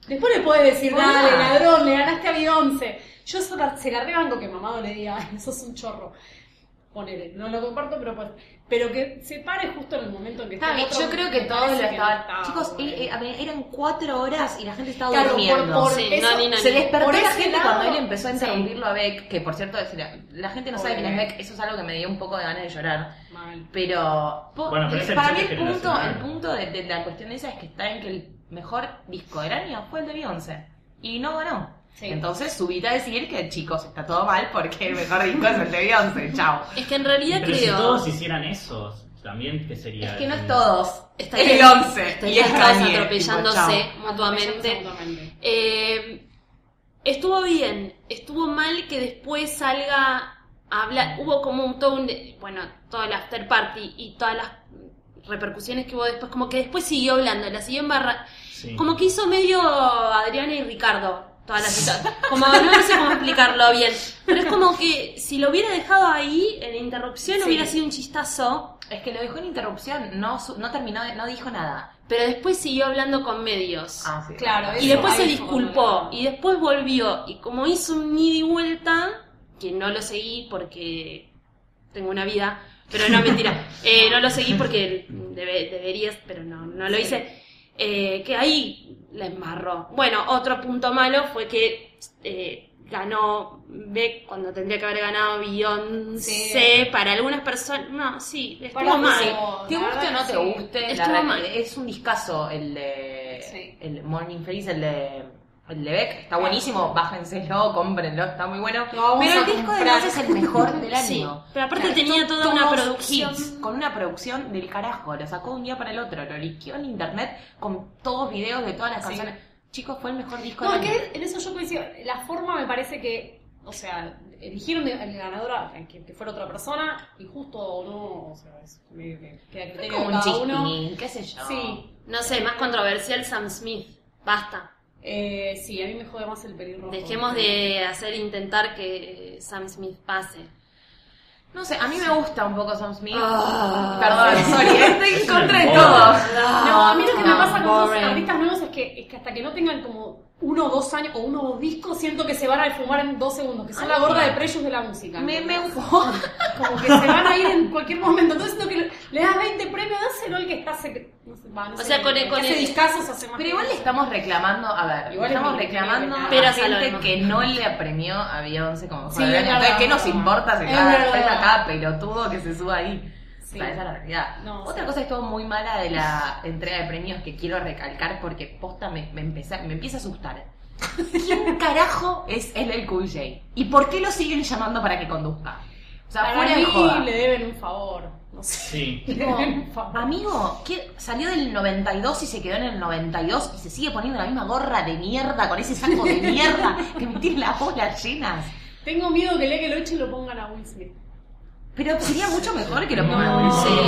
Speaker 6: Después le puedes decir, dale,
Speaker 4: Hola.
Speaker 6: ladrón, le ganaste a Beyoncé. Yo eso la- se la rebanco que mamado le diga, "Ay, sos un chorro. Ponele, no lo comparto, pero pues. Pero que se pare justo en el momento en que
Speaker 4: Está bien,
Speaker 6: el
Speaker 4: yo
Speaker 6: otro,
Speaker 4: creo
Speaker 6: me
Speaker 4: que todos lo
Speaker 6: parece que
Speaker 4: estaban.
Speaker 6: no está
Speaker 4: Chicos,
Speaker 6: bueno.
Speaker 4: eh, eh, a ver, eran cuatro horas y la gente estaba
Speaker 6: Claro,
Speaker 4: durmiendo.
Speaker 6: por- por
Speaker 3: Sí,
Speaker 6: eso-
Speaker 3: no, ni, no,
Speaker 4: Se
Speaker 3: ni.
Speaker 4: despertó
Speaker 6: Por
Speaker 4: la
Speaker 6: ese
Speaker 4: gente
Speaker 6: lado-
Speaker 4: cuando él empezó a
Speaker 6: sí.
Speaker 4: interrumpirlo a Beck, que por cierto, es la, la gente no sabe quién es
Speaker 6: Pobre.
Speaker 4: Beck, eso es algo que me dio un poco de ganas de llorar.
Speaker 6: Mal.
Speaker 4: Pero, po-
Speaker 5: Bueno, pero es el
Speaker 4: para mí
Speaker 5: choque
Speaker 4: el punto,
Speaker 5: generacional.
Speaker 4: el punto de, de la cuestión esa es que está en que el mejor disco del año fue el de Beyoncé. Y no ganó.
Speaker 6: Sí.
Speaker 4: Entonces subite a decir que chicos, está todo mal porque el mejor disco es el de Beyoncé. Chao.
Speaker 3: Es que en realidad
Speaker 5: Pero si
Speaker 3: creo.
Speaker 5: todos hicieran eso, también, ¿qué sería?
Speaker 4: Es que no
Speaker 5: El-
Speaker 4: es todos.
Speaker 3: Está
Speaker 4: es
Speaker 3: bien.
Speaker 4: el 11.
Speaker 3: Está
Speaker 4: y
Speaker 3: bien,
Speaker 4: es
Speaker 3: todos
Speaker 4: Kanye,
Speaker 3: atropellándose
Speaker 4: tipo, chao.
Speaker 3: mutuamente.
Speaker 6: Mutuamente.
Speaker 3: Eh, estuvo bien, estuvo mal que después salga a hablar, hubo como un, todo un, bueno, todo el after party y todas las repercusiones que hubo después, como que después siguió hablando, la siguió embarra,
Speaker 5: Sí.
Speaker 3: como que hizo medio Adriana y Ricardo. Toda la situación. Como no sé cómo explicarlo bien. Pero es como que si lo hubiera dejado ahí, en la interrupción
Speaker 4: Sí.
Speaker 3: hubiera sido un chistazo.
Speaker 4: Es que lo dejó en interrupción, no, su- no terminó, de- no dijo nada.
Speaker 3: Pero después siguió hablando con medios.
Speaker 4: Ah, sí.
Speaker 6: Claro,
Speaker 3: Y
Speaker 6: eso,
Speaker 3: después se
Speaker 6: ahí fue cuando
Speaker 3: disculpó.
Speaker 6: lo-
Speaker 3: Y después volvió. Y como hizo un ida y vuelta, que no lo seguí porque tengo una vida. Pero no, mentira. Eh, no lo seguí porque debe- deberías, pero no, no lo
Speaker 6: Sí.
Speaker 3: hice. Eh, que ahí la embarró. Bueno, otro punto malo fue que eh, ganó Beck cuando tendría que haber ganado Beyoncé.
Speaker 6: Sí.
Speaker 3: Para algunas personas. No, sí, estuvo
Speaker 6: Para
Speaker 3: mal.
Speaker 6: todos,
Speaker 4: Te guste
Speaker 6: la
Speaker 4: o
Speaker 6: verdad
Speaker 4: no te
Speaker 6: que sí.
Speaker 4: guste, la
Speaker 3: Estuvo
Speaker 4: verdad
Speaker 3: mal.
Speaker 4: que es un discazo el de de.
Speaker 6: Sí.
Speaker 4: El Morning Face, el de. El de Beck. Está buenísimo. Bájenselo, cómprenlo. Está muy bueno.
Speaker 6: Lo vamos
Speaker 4: Pero el
Speaker 6: a
Speaker 4: disco de
Speaker 6: comprar.
Speaker 4: Dios es el mejor del año.
Speaker 3: Sí, pero aparte
Speaker 4: O sea,
Speaker 3: tenía
Speaker 4: son
Speaker 3: toda una
Speaker 4: todos
Speaker 3: producción.
Speaker 4: hits, con una producción del carajo. Lo sacó de un día para el otro. Lo liqueó en internet con todos videos de todas las
Speaker 6: Sí.
Speaker 4: canciones. Chicos, fue el mejor disco
Speaker 6: No,
Speaker 4: del año.
Speaker 6: que en eso yo coincido. La forma me parece que, o sea, eligieron de- al ganador a que, que fuera otra persona, y justo o no, o sea, es medio que queda a
Speaker 4: Fue
Speaker 6: criterio
Speaker 4: como
Speaker 6: de
Speaker 4: un
Speaker 6: cada uno.
Speaker 4: chistín, qué sé yo.
Speaker 6: Sí,
Speaker 3: No sé, más controversial Sam Smith. Basta.
Speaker 6: eh, sí, a mí me jode más el pelirrojo.
Speaker 3: Dejemos de hacer intentar que eh, Sam Smith pase.
Speaker 4: No sé, a mí me gusta un poco Sam Smith.
Speaker 3: Ah.
Speaker 4: Perdón, sorry, estoy en
Speaker 5: Es un
Speaker 4: contra de
Speaker 5: embole.
Speaker 4: todo.
Speaker 6: No, a mí lo que me
Speaker 3: No,
Speaker 6: pasa con los
Speaker 3: boring.
Speaker 6: artistas nuevos es que, es que hasta que no tengan como uno o dos años o uno o dos discos, siento que se van a fumar en dos segundos,
Speaker 3: Ah,
Speaker 6: que son la gorda de precios de la música.
Speaker 4: Me, me
Speaker 6: Como que se van a ir en cualquier momento. Entonces, siento que le das 20 premios, dáselo al que está. sec- no sé, va, no
Speaker 3: O
Speaker 6: sé,
Speaker 3: sea, con el-
Speaker 6: que
Speaker 3: con
Speaker 6: hace
Speaker 3: el-
Speaker 6: discazos hace
Speaker 4: Pero
Speaker 6: más que
Speaker 4: igual le
Speaker 6: eso.
Speaker 4: estamos reclamando, a ver,
Speaker 6: Igual es
Speaker 4: estamos
Speaker 6: mi-
Speaker 4: reclamando
Speaker 3: Pero
Speaker 4: a
Speaker 3: se lo
Speaker 4: gente
Speaker 3: demostró.
Speaker 4: que no le apremió a Beyoncé como mejor
Speaker 6: Sí,
Speaker 4: del
Speaker 6: es
Speaker 4: año. Entonces,
Speaker 6: verdad.
Speaker 4: ¿qué nos importa si
Speaker 6: Es
Speaker 4: cada,
Speaker 6: verdad.
Speaker 4: está cada pelotudo que se suba ahí?
Speaker 6: Sí.
Speaker 4: O sea, esa es la realidad.
Speaker 6: No,
Speaker 4: Otra
Speaker 6: sí.
Speaker 4: cosa que estuvo muy mala de la entrega de premios que quiero recalcar porque posta me, me, empecé- me empieza a asustar. ¿Quién carajo es él el Cool J? ¿Y por qué lo siguen llamando para que conduzca? O sea,
Speaker 6: Para
Speaker 4: fuera de
Speaker 6: mí
Speaker 4: joda.
Speaker 6: le deben un favor. No sé.
Speaker 5: Sí.
Speaker 6: Le
Speaker 4: Tipo,
Speaker 6: deben un favor.
Speaker 4: Amigo, ¿qué? salió del 92 y se quedó en el 92 y se sigue poniendo la misma gorra de mierda con ese saco de mierda que me tiene las bolas llenas.
Speaker 6: Tengo miedo que el día que lo echen lo pongan a Will Smith.
Speaker 4: Pero sería mucho mejor que lo pongan.
Speaker 5: No.
Speaker 3: Sí,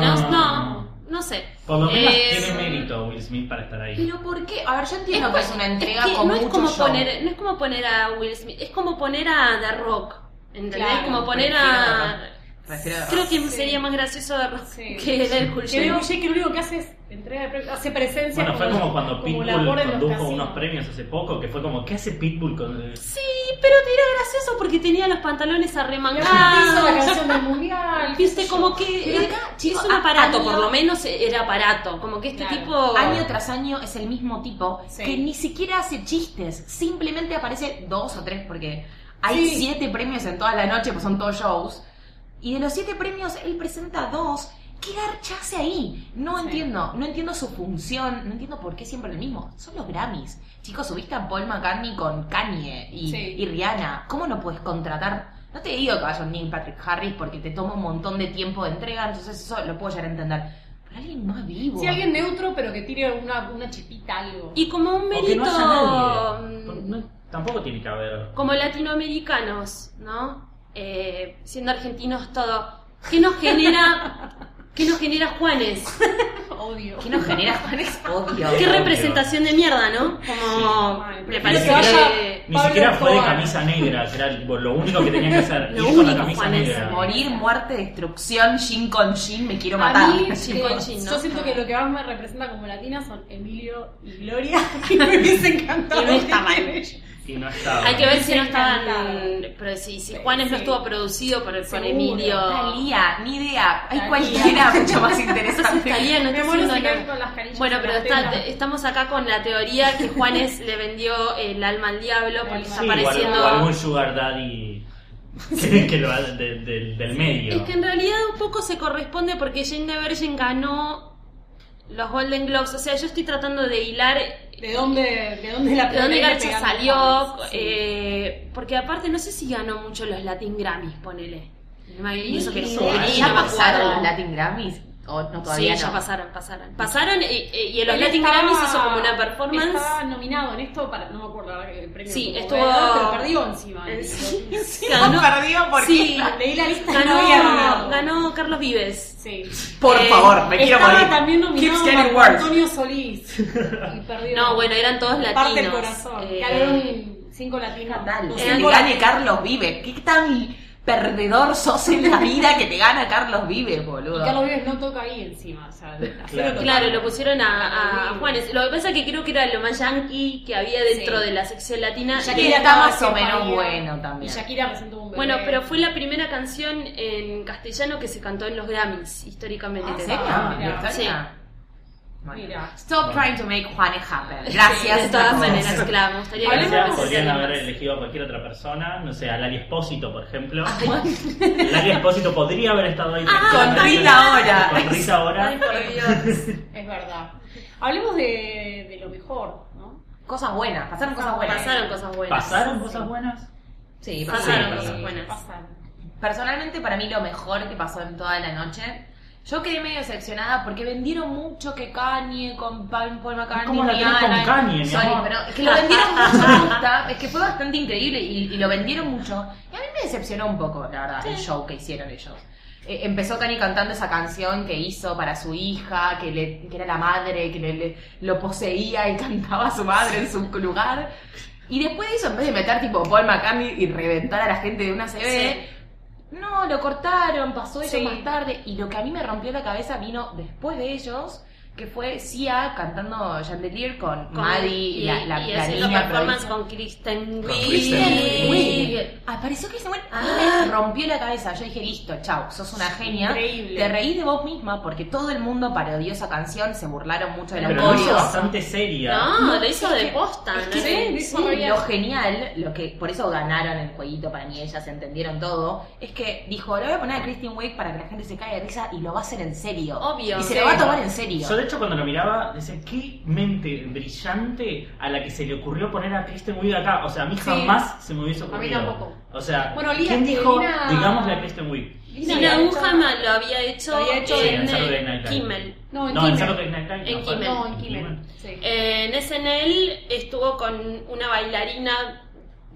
Speaker 3: no, no, no sé.
Speaker 5: Por lo menos
Speaker 3: Eh,
Speaker 5: tiene mérito Will Smith para estar ahí.
Speaker 4: Pero ¿por qué? A ver, yo
Speaker 3: es pues,
Speaker 4: entiendo que es una entrega
Speaker 3: es que
Speaker 4: con
Speaker 3: no es
Speaker 4: mucho
Speaker 3: como
Speaker 4: show.
Speaker 3: poner, no es como poner a Will Smith, es como poner a The Rock, ¿entendés?
Speaker 6: Claro,
Speaker 3: como poner
Speaker 4: prefiero The
Speaker 3: a
Speaker 4: Prefiero-
Speaker 3: Creo que
Speaker 6: Sí.
Speaker 3: sería más gracioso The Rock
Speaker 6: Sí.
Speaker 3: que el Hercule
Speaker 6: Que Leo
Speaker 3: James.
Speaker 6: Jay que lo único que hace es entrega de premios, hace presencia.
Speaker 5: Bueno, fue como cuando
Speaker 6: como la gorda en
Speaker 5: Pitbull
Speaker 6: los
Speaker 5: condujo
Speaker 6: casinos.
Speaker 5: unos premios hace poco, que fue como, ¿qué hace Pitbull con...?
Speaker 3: Sí, pero era gracioso porque tenía los pantalones
Speaker 6: Hizo la
Speaker 3: arremangados.
Speaker 6: canción del mundial.
Speaker 3: Viste, como que
Speaker 4: Pero
Speaker 3: era-
Speaker 4: acá,
Speaker 3: es
Speaker 4: chicos,
Speaker 3: un aparato,
Speaker 4: año-
Speaker 3: por lo menos era aparato. Como que este
Speaker 6: Claro.
Speaker 3: tipo.
Speaker 4: Año tras año es el mismo tipo
Speaker 6: Sí.
Speaker 4: que ni siquiera hace chistes, simplemente aparece dos o tres porque hay
Speaker 6: Sí.
Speaker 4: siete premios en toda la noche, pues son todos shows. Y de los siete premios él presenta dos. ¿Qué garcha hace ahí? No
Speaker 6: Sí.
Speaker 4: entiendo, no entiendo su función, no entiendo por qué siempre el mismo. Son los Grammys. Chicos, subiste a Paul McCartney con Kanye y,
Speaker 6: Sí.
Speaker 4: y Rihanna. ¿Cómo no puedes contratar? No te digo que vaya un Neil Patrick Harris porque te toma un montón de tiempo de entrega, entonces eso lo puedo llegar a entender. Pero alguien más vivo.
Speaker 6: Si alguien neutro, pero que tire una, una chispita, algo.
Speaker 3: Y como un
Speaker 5: O que
Speaker 3: mérito.
Speaker 5: no haya nadie. Por- no- tampoco tiene que haber...
Speaker 3: como latinoamericanos, ¿no? Eh, siendo argentinos todo. ¿Qué nos genera. ¿Qué nos genera Juanes?
Speaker 6: Odio.
Speaker 4: ¿Qué nos genera Juanes? Odio.
Speaker 3: Qué representación de mierda, ¿no? Como.
Speaker 6: Sí.
Speaker 3: Me
Speaker 6: Mal,
Speaker 3: parece
Speaker 5: pero
Speaker 6: que
Speaker 3: que.
Speaker 5: Ni
Speaker 6: Pablo
Speaker 5: siquiera fue de
Speaker 6: Escobar.
Speaker 5: camisa negra, que era lo único que tenía que hacer.
Speaker 3: Lo
Speaker 5: ir con la
Speaker 3: único,
Speaker 5: camisa
Speaker 3: Juan, es
Speaker 5: negra.
Speaker 4: Morir, muerte, destrucción, Jin con Jin, me quiero
Speaker 6: A
Speaker 4: matar.
Speaker 6: mí,
Speaker 3: Jin
Speaker 6: eh,
Speaker 3: con Jin, ¿no?
Speaker 6: yo siento que lo que más me representa como latina son Emilio y Gloria, que me hubiese encantado.
Speaker 3: Y no está mal.
Speaker 6: que estén
Speaker 5: Y no estaba.
Speaker 3: Hay que ver si no
Speaker 6: Encantada.
Speaker 3: estaban. Pero si, si Juanes no
Speaker 6: Sí.
Speaker 3: estuvo producido por, por
Speaker 6: Seguro.
Speaker 3: Emilio.
Speaker 4: Talía, ni idea. Hay
Speaker 6: Talía.
Speaker 4: cualquiera mucho más
Speaker 3: Entonces
Speaker 4: interesante.
Speaker 3: Talía no está
Speaker 6: Me muero
Speaker 3: haciendo
Speaker 6: si
Speaker 3: nada.
Speaker 6: caen con las carillas
Speaker 3: Bueno,
Speaker 6: en
Speaker 3: pero
Speaker 6: las
Speaker 3: está-
Speaker 6: tetas.
Speaker 3: estamos acá con la teoría que Juanes le vendió el alma al diablo porque
Speaker 6: Sí,
Speaker 3: está
Speaker 5: Sí, o al-
Speaker 3: apareciendo.
Speaker 5: O algún sugar daddy que, que lo ha- de- de- del medio.
Speaker 3: Es que en realidad un poco se corresponde porque Jane the Virgin ganó los Golden Globes. O sea, yo estoy tratando de hilar
Speaker 6: ¿De dónde, de dónde la
Speaker 3: de dónde
Speaker 6: primera
Speaker 3: Garcha
Speaker 6: pegando
Speaker 3: salió.
Speaker 6: fans? Sí.
Speaker 3: eh, porque aparte no sé si ganó mucho los Latin Grammys, ponele. Y eso que
Speaker 4: Ni
Speaker 3: no
Speaker 4: idea.
Speaker 3: soy-
Speaker 4: ¿Ya
Speaker 3: no me
Speaker 4: pasaron
Speaker 3: acuerdo.
Speaker 4: los Latin Grammys? ¿O no
Speaker 3: Sí,
Speaker 4: todavía
Speaker 3: ya
Speaker 4: no?
Speaker 3: pasaron, pasaron. Pasaron y, y- y en los
Speaker 6: Él
Speaker 3: Latin
Speaker 6: estaba-
Speaker 3: Grammys hizo como una performance.
Speaker 6: Estaba nominado en esto para. No me acuerdo la verdad que el premio.
Speaker 3: Sí,
Speaker 6: como
Speaker 3: estuvo-
Speaker 6: ganador, Pero perdió encima.
Speaker 3: Eh, sí.
Speaker 6: Digo,
Speaker 3: Ganó-
Speaker 4: perdido porque-
Speaker 3: sí,
Speaker 6: Leí la lista y no había
Speaker 3: ganó,
Speaker 6: ganado.
Speaker 3: ganó Carlos Vives.
Speaker 6: Sí.
Speaker 4: Por
Speaker 3: Eh,
Speaker 4: favor, me quiero
Speaker 6: Estaba
Speaker 4: morir.
Speaker 6: también nominado
Speaker 4: Keeps getting
Speaker 6: Marco
Speaker 4: worse.
Speaker 6: Antonio Solís. Y perdió.
Speaker 3: No, bueno, eran todos latinos.
Speaker 6: Parte el corazón.
Speaker 3: Eh,
Speaker 6: Ganaron cinco latinos.
Speaker 4: Dale,
Speaker 6: Los
Speaker 4: que
Speaker 6: cinco
Speaker 4: gane Carlos Vive. ¿Qué tan perdedor sos en la vida que te gana Carlos Vive,
Speaker 6: Y
Speaker 4: boludo?
Speaker 6: Carlos Vives no toca ahí encima, o sea,
Speaker 5: Claro.
Speaker 3: Claro, lo pusieron a, a Juanes. Lo que pasa es que creo que era lo más yankee que había dentro
Speaker 6: Sí.
Speaker 3: de la sección latina.
Speaker 4: Ya
Speaker 3: Y-
Speaker 4: que- está
Speaker 6: estaba
Speaker 4: más o
Speaker 6: recién
Speaker 4: menos
Speaker 6: parida.
Speaker 4: bueno también.
Speaker 6: Y Shakira presentó un bebé.
Speaker 3: Bueno, pero fue la primera canción en castellano que se cantó en los Grammys, históricamente.
Speaker 6: Ah,
Speaker 4: ¿En
Speaker 6: ¿En
Speaker 4: serio?
Speaker 6: serio?
Speaker 4: ¿En
Speaker 3: Sí.
Speaker 4: serio? Bueno.
Speaker 6: Mira.
Speaker 4: Stop trying to make Juanes happen.
Speaker 3: De
Speaker 4: Gracias.
Speaker 3: todas maneras, claro, me gustaría que
Speaker 6: Hablemos-
Speaker 3: fuera
Speaker 5: podrían
Speaker 3: más.
Speaker 5: haber elegido a cualquier otra persona, no sé, a Lali Espósito, por ejemplo.
Speaker 3: Ah,
Speaker 5: Lali Espósito podría haber estado ahí.
Speaker 4: con
Speaker 5: tranquilamente.
Speaker 4: Rita Ora.
Speaker 5: Con Rita ahora.
Speaker 6: Es verdad. Hablemos de, de lo mejor, ¿no?
Speaker 4: Cosas buenas, pasaron cosas buenas.
Speaker 3: Pasaron cosas buenas.
Speaker 5: ¿Pasaron cosas buenas?
Speaker 4: Sí,
Speaker 3: Pasaron
Speaker 5: Sí,
Speaker 3: cosas
Speaker 5: pasaron.
Speaker 3: buenas.
Speaker 6: Pasaron.
Speaker 4: Personalmente, para mí lo mejor que pasó en toda la noche. Yo quedé medio decepcionada porque vendieron mucho que Kanye con Paul Paul McCartney.
Speaker 5: ¿Cómo la tenés
Speaker 4: Rihanna,
Speaker 5: con Kanye, mi
Speaker 4: Sorry,
Speaker 5: amor?
Speaker 4: pero es que lo vendieron mucho. me gusta, es que fue bastante increíble y, y lo vendieron mucho. Y a mí me decepcionó un poco, la verdad, el show que hicieron ellos. Eh, empezó Kanye cantando esa canción que hizo para su hija, que, le, que era la madre, que le- le- lo poseía y cantaba a su madre en su lugar. Y después de eso, en vez de meter tipo Paul McCartney y reventar a la gente de una CB,
Speaker 3: Sí.
Speaker 4: no, lo cortaron, pasó eso
Speaker 3: Sí.
Speaker 4: más tarde. Y lo que a mí me rompió la cabeza vino después de ellos, que fue Sia cantando Chandelier con,
Speaker 3: Con-
Speaker 4: Maddie,
Speaker 3: y-
Speaker 4: la, la,
Speaker 3: y
Speaker 4: la
Speaker 3: haciendo
Speaker 4: niña
Speaker 3: performance
Speaker 4: prodigio.
Speaker 3: con Kristen
Speaker 1: Con
Speaker 4: Kristen
Speaker 3: Wiig.
Speaker 4: Wiig. Apareció Kristen Wiig.
Speaker 3: Ah.
Speaker 4: Me rompió la cabeza. Yo dije, listo, chau, sos una genia.
Speaker 6: Increíble.
Speaker 4: Te reí de vos misma porque todo el mundo parodió esa canción, se burlaron mucho de los
Speaker 5: Pero lo hizo
Speaker 4: coreos.
Speaker 5: bastante seria.
Speaker 3: No, lo hizo de posta.
Speaker 4: Es
Speaker 3: ¿no?
Speaker 4: que
Speaker 6: Sí,
Speaker 4: sí,
Speaker 6: lo hizo
Speaker 4: lo
Speaker 6: bien.
Speaker 4: genial, lo que por eso ganaron el jueguito para mí, ellas entendieron todo, es que dijo, lo voy a poner a Kristen Wiig para que la gente se caiga de risa y lo va a hacer en serio.
Speaker 3: Obvio.
Speaker 4: Y se
Speaker 3: Sí.
Speaker 4: lo va a tomar en serio.
Speaker 5: Yo de hecho cuando lo miraba decía, qué mente brillante a la que se le ocurrió poner a Kristen Wiig acá. O sea, a mí
Speaker 6: Sí.
Speaker 5: jamás se me hubiese ocurrido.
Speaker 6: tampoco.
Speaker 5: O sea,
Speaker 6: Bueno, Lía,
Speaker 5: ¿quién
Speaker 6: que
Speaker 5: dijo,
Speaker 6: Lina-
Speaker 5: digamos la Kristen Wiig?
Speaker 3: Lina Dunham lo había hecho,
Speaker 6: Lo había hecho
Speaker 5: Sí,
Speaker 3: en,
Speaker 5: en Saturday
Speaker 3: eh,
Speaker 5: Night Live.
Speaker 3: Kimmel.
Speaker 6: No, en
Speaker 5: No, en
Speaker 6: Kimmel.
Speaker 5: Saturday Night Live.
Speaker 3: En
Speaker 5: no, fue-
Speaker 3: Kimmel.
Speaker 6: No, en Kimmel. Sí.
Speaker 3: Eh, En SNL estuvo con una bailarina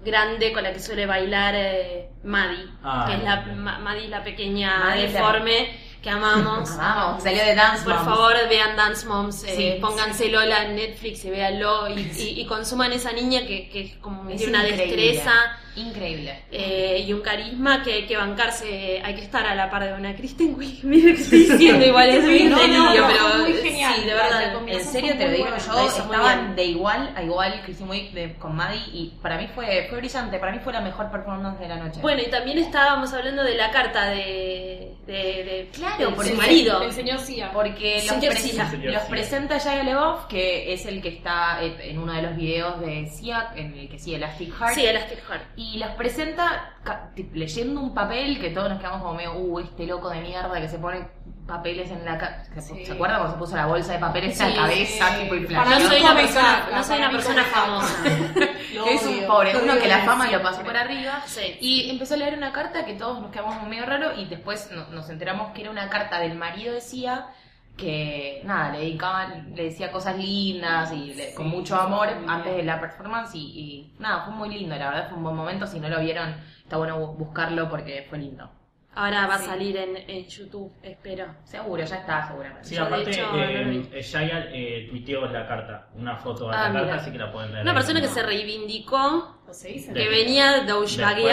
Speaker 3: grande con la que suele bailar eh, Maddie,
Speaker 5: Ah,
Speaker 3: que es la,
Speaker 5: ok.
Speaker 3: Ma- Maddie es la pequeña
Speaker 4: Maddie es la-
Speaker 3: deforme que amamos.
Speaker 4: Ah, Vamos, salió de Dance
Speaker 3: Por
Speaker 4: Moms.
Speaker 3: favor, vean Dance Moms, eh,
Speaker 4: Sí.
Speaker 3: pónganse Lola en Netflix y véanlo y, y- y consuman esa niña que, que es como
Speaker 4: Es
Speaker 3: tiene una
Speaker 4: increíble.
Speaker 3: destreza
Speaker 4: Increíble.
Speaker 3: eh, y un carisma que hay que bancarse, hay que estar a la par de una Kristen Wiig. Mira que estoy diciendo, igual es un
Speaker 6: No, no,
Speaker 3: delirio,
Speaker 6: no,
Speaker 3: pero
Speaker 6: muy genial.
Speaker 3: sí, de
Speaker 6: La
Speaker 3: verdad.
Speaker 6: combinación
Speaker 4: En
Speaker 6: Esas
Speaker 4: serio
Speaker 6: son
Speaker 4: te lo
Speaker 6: muy
Speaker 4: digo
Speaker 6: buenas,
Speaker 4: yo,
Speaker 3: lo hizo muy bien.
Speaker 4: estaban de igual a igual Kristen Wiig de- con Maddie y para mí fue, fue brillante, para mí fue la mejor performance de la noche.
Speaker 3: Bueno, y también estábamos hablando de la carta de, de, de-
Speaker 4: Claro,
Speaker 3: de
Speaker 4: por
Speaker 3: su
Speaker 4: el-
Speaker 3: marido.
Speaker 6: El señor Sia.
Speaker 4: Porque los,
Speaker 3: Señor
Speaker 4: pres-
Speaker 3: Sia.
Speaker 5: Señor
Speaker 4: los
Speaker 5: Sia.
Speaker 4: presenta Shia LaBeouf, que es el que está eh, en uno de los videos de Sia, en el que sigue Elastic Heart.
Speaker 3: Sí, Elastic Heart.
Speaker 4: Y los presenta ca- ti- leyendo un papel que todos nos quedamos como medio, uh, este loco de mierda que se pone papeles en la cabeza.
Speaker 6: Sí.
Speaker 4: ¿Se acuerdan cuando se puso la bolsa de papeles en
Speaker 3: Sí,
Speaker 4: la cabeza?
Speaker 6: sí.
Speaker 4: Tipo, y
Speaker 6: Para
Speaker 3: No
Speaker 4: flasheó?
Speaker 6: mí
Speaker 3: soy
Speaker 6: come
Speaker 3: una persona,
Speaker 6: caca,
Speaker 3: no soy
Speaker 6: para
Speaker 3: una
Speaker 6: mí
Speaker 3: persona
Speaker 6: come caca.
Speaker 3: famosa.
Speaker 6: Lo
Speaker 4: que es un
Speaker 6: odio.
Speaker 4: pobre,
Speaker 6: Lo
Speaker 4: uno
Speaker 6: odio
Speaker 4: que la
Speaker 6: de
Speaker 4: fama lo
Speaker 6: siempre.
Speaker 4: pasó por arriba.
Speaker 3: Sí.
Speaker 4: Y empezó a leer una carta que todos nos quedamos medio raro y después no- nos enteramos que era una carta del marido de Sia que nada, le dedicaban, le decía cosas lindas y le- con mucho amor antes de la performance y, y nada, fue muy lindo, la verdad fue un buen momento, si no lo vieron está bueno bu- buscarlo porque fue lindo.
Speaker 3: Ahora va a salir en, en YouTube, espero.
Speaker 4: Seguro, ya está, seguramente.
Speaker 5: Sí,
Speaker 3: Yo, de
Speaker 5: aparte,
Speaker 3: hecho, no lo vi.
Speaker 5: eh, Shia eh, tuiteó la carta, una foto de
Speaker 4: Ah,
Speaker 5: la carta,
Speaker 4: mira.
Speaker 5: así que la pueden ver.
Speaker 3: Una
Speaker 5: ahí.
Speaker 3: persona que se reivindicó,
Speaker 6: Lo se dice.
Speaker 5: De-
Speaker 3: que venía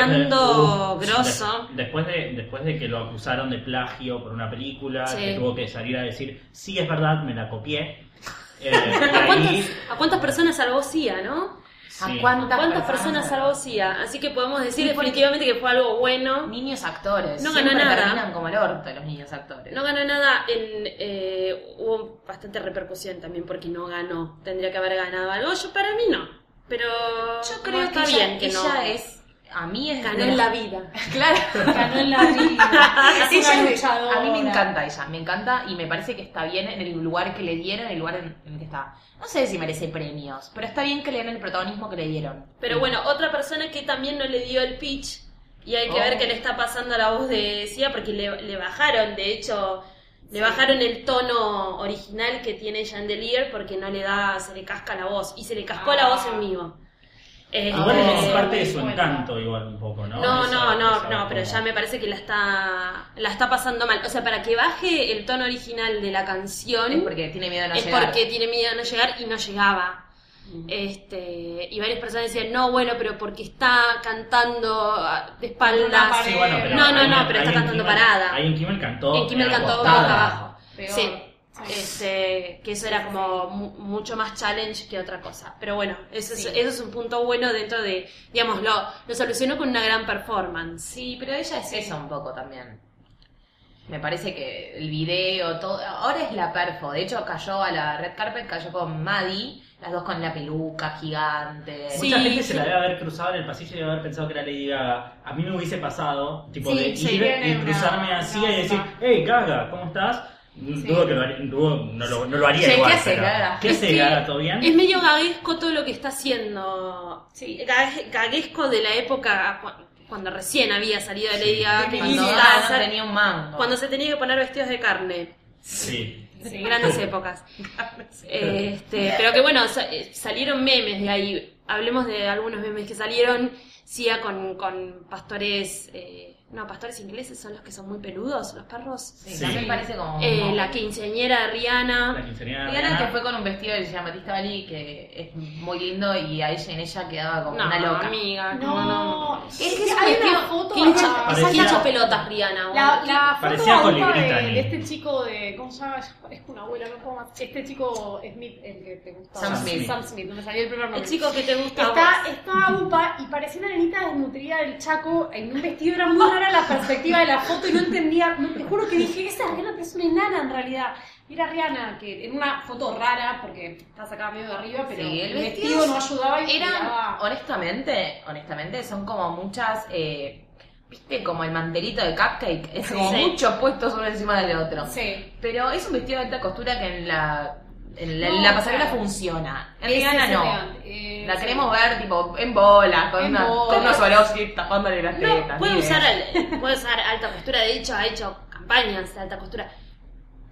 Speaker 3: douchebagueando
Speaker 5: Después de-
Speaker 3: grosso.
Speaker 5: de- después, de, después de que lo acusaron de plagio por una película,
Speaker 3: Sí.
Speaker 5: que tuvo que salir a decir, sí, es verdad, me la copié. Eh, y
Speaker 3: ¿A
Speaker 5: ahí-
Speaker 3: cuántas, a cuántas personas salvó Sia, no?
Speaker 5: sí.
Speaker 4: ¿A cuántas,
Speaker 3: ¿Cuántas personas salvó Cia? Así que podemos decir
Speaker 4: Sí, porque-
Speaker 3: definitivamente que fue algo bueno.
Speaker 4: Niños actores.
Speaker 3: No ganó
Speaker 4: siempre
Speaker 3: nada.
Speaker 4: terminan como el orto los niños actores.
Speaker 3: No ganó nada, en, eh, hubo bastante repercusión también porque no ganó. Tendría que haber ganado algo. Yo para mí no. Pero
Speaker 4: Yo creo
Speaker 3: no
Speaker 4: que
Speaker 3: está
Speaker 4: ella,
Speaker 3: bien que no.
Speaker 4: ella es, a mí es
Speaker 3: ganó
Speaker 4: de
Speaker 3: en
Speaker 4: las-
Speaker 3: la vida.
Speaker 4: Claro.
Speaker 6: Ganó en la vida. Es
Speaker 4: Ella
Speaker 6: una
Speaker 4: es-
Speaker 6: luchadora.
Speaker 4: a mí me encanta ella, me encanta y me parece que está bien en el lugar que le dieron, en el lugar en, en el que está. No sé si merece premios, pero está bien que le den el protagonismo que le dieron.
Speaker 3: Pero bueno, otra persona que también no le dio el pitch y hay que
Speaker 4: Oh.
Speaker 3: ver qué le está pasando a la voz de Sia porque le, le bajaron, de hecho, le bajaron el tono original que tiene Chandelier porque no le da, se le casca la voz y se le cascó la
Speaker 6: Ah.
Speaker 3: voz en vivo. Este,
Speaker 5: Igual es
Speaker 6: Eh,
Speaker 5: Ah, parte de su
Speaker 6: bueno.
Speaker 5: encanto, igual un poco, ¿no?
Speaker 3: No,
Speaker 5: Esa-
Speaker 3: no, no,
Speaker 5: esa
Speaker 3: no, pero
Speaker 5: como-
Speaker 3: ya me parece que la está, la está pasando mal. O sea, para que baje el tono original de la canción
Speaker 4: es porque tiene miedo a no
Speaker 3: es
Speaker 4: llegar.
Speaker 3: porque tiene miedo a no llegar y no llegaba. Este, y varias personas decían, no, bueno, pero porque está cantando ah, de
Speaker 6: Una
Speaker 3: espaldas.
Speaker 6: pared.
Speaker 5: Sí, bueno, pero
Speaker 3: no, no,
Speaker 5: ahí
Speaker 3: no,
Speaker 5: en-
Speaker 3: pero
Speaker 5: ahí
Speaker 3: está
Speaker 5: en
Speaker 3: cantando
Speaker 5: Kimmel-
Speaker 3: parada.
Speaker 5: Ahí en Kimmel cantó.
Speaker 3: en Kimmel
Speaker 5: era
Speaker 3: cantó boca
Speaker 5: acostada.
Speaker 3: abajo.
Speaker 6: Peor.
Speaker 3: Sí.
Speaker 6: Sí.
Speaker 3: Este, que eso era como mu- mucho más challenge que otra cosa. Pero bueno, eso,
Speaker 4: Sí.
Speaker 3: es, eso es un punto bueno dentro de, digamos, lo, lo solucionó con una gran performance.
Speaker 4: Sí, pero ella es eso un poco también. Me parece que el video, todo. Ahora es la perfo. De hecho, cayó a la red carpet, cayó con Maddie, las dos con la peluca gigante.
Speaker 3: Sí.
Speaker 5: Mucha gente se la debe haber cruzado en el pasillo y debe haber pensado que era Lady Gaga. A mí me hubiese pasado, tipo,
Speaker 3: Sí,
Speaker 5: de
Speaker 3: sí,
Speaker 5: ir
Speaker 6: viene
Speaker 5: y
Speaker 6: una-
Speaker 5: cruzarme
Speaker 6: una
Speaker 5: así y decir,
Speaker 6: onda.
Speaker 5: hey Gaga, ¿cómo estás? Dudo que lo haría, dudo- no, lo, no lo haría
Speaker 4: Che, ¿qué
Speaker 5: igual.
Speaker 4: hace,
Speaker 5: pero-
Speaker 4: Gaga?
Speaker 5: ¿Qué
Speaker 3: Es
Speaker 5: hace
Speaker 3: que
Speaker 5: Gaga? ¿Todo bien?
Speaker 3: Este, Es medio gaguesco todo lo que está haciendo. Sí, gague- gaguesco de la época cu- cuando recién había salido de Lady Gaga. que
Speaker 4: Cuando
Speaker 3: iba a
Speaker 4: Gaga no
Speaker 3: hacer-
Speaker 4: tenía un mango.
Speaker 3: cuando se tenía que poner vestidos de carne.
Speaker 5: Sí.
Speaker 3: Sí, grandes épocas. Este, pero que bueno, sa- eh, salieron memes de ahí. Hablemos de algunos memes que salieron. Sia con, con pastores. eh, no, pastores ingleses son los que son muy peludos, los perros.
Speaker 4: Sí,
Speaker 5: Sí.
Speaker 4: también parece como...
Speaker 3: Eh, la quinceañera de
Speaker 5: La
Speaker 3: Rihanna.
Speaker 5: quinceañera de
Speaker 4: Diana
Speaker 5: Rihanna.
Speaker 4: que fue con un vestido de Giamatista Bali que es muy lindo y a ella en ella quedaba como
Speaker 3: No,
Speaker 4: una loca.
Speaker 3: amiga.
Speaker 6: No,
Speaker 4: Es
Speaker 6: es
Speaker 4: que
Speaker 6: que
Speaker 4: es
Speaker 6: hay
Speaker 3: Vestido-
Speaker 6: una foto.
Speaker 3: que hincha-
Speaker 6: ah,
Speaker 5: Parecía-
Speaker 3: esas hincha pelotas, Rihanna.
Speaker 6: La,
Speaker 3: boludo.
Speaker 6: la foto
Speaker 5: Parecía
Speaker 6: adulta
Speaker 5: colibrí,
Speaker 6: de,
Speaker 5: Tani.
Speaker 6: de este chico de. ¿Cómo se llama? Ya parezco una abuela, no puedo más. Este chico Smith, el que te gustaba.
Speaker 4: Sam Smith.
Speaker 6: Sam Smith, no me salió el primer nombre.
Speaker 3: El chico que te gusta. a
Speaker 6: Está,
Speaker 3: vos.
Speaker 6: está upa y parecía una nenita desnutrida del Chaco en un vestido. Era muy rara la perspectiva de la foto y no entendía. no, te juro que dije, esa Rihanna es una enana en realidad. Y era Rihanna, que en una foto rara porque está sacada medio de arriba, pero
Speaker 4: Sí, el
Speaker 6: el,
Speaker 4: vestido
Speaker 6: vestido, no ayudaba y
Speaker 4: Eran,
Speaker 6: giraba.
Speaker 4: honestamente, honestamente, son como muchas, eh, viste, como el mantelito de cupcake, es como
Speaker 3: Sí.
Speaker 4: mucho puestos uno encima del otro.
Speaker 6: Sí.
Speaker 4: Pero es un vestido de alta costura que en la, en la,
Speaker 6: No,
Speaker 4: la pasarela
Speaker 6: claro.
Speaker 4: funciona. En
Speaker 6: Ese
Speaker 4: Rihanna
Speaker 6: es
Speaker 4: no.
Speaker 6: elegante. Eh,
Speaker 4: La
Speaker 6: sí.
Speaker 4: queremos ver tipo en bola, con,
Speaker 6: En
Speaker 4: una,
Speaker 6: bola.
Speaker 4: con unos Swarovski tapándole las tetas.
Speaker 3: No, puede
Speaker 4: ni
Speaker 3: usar,
Speaker 4: idea.
Speaker 3: al- puede usar alta costura, de hecho ha hecho campañas de alta costura.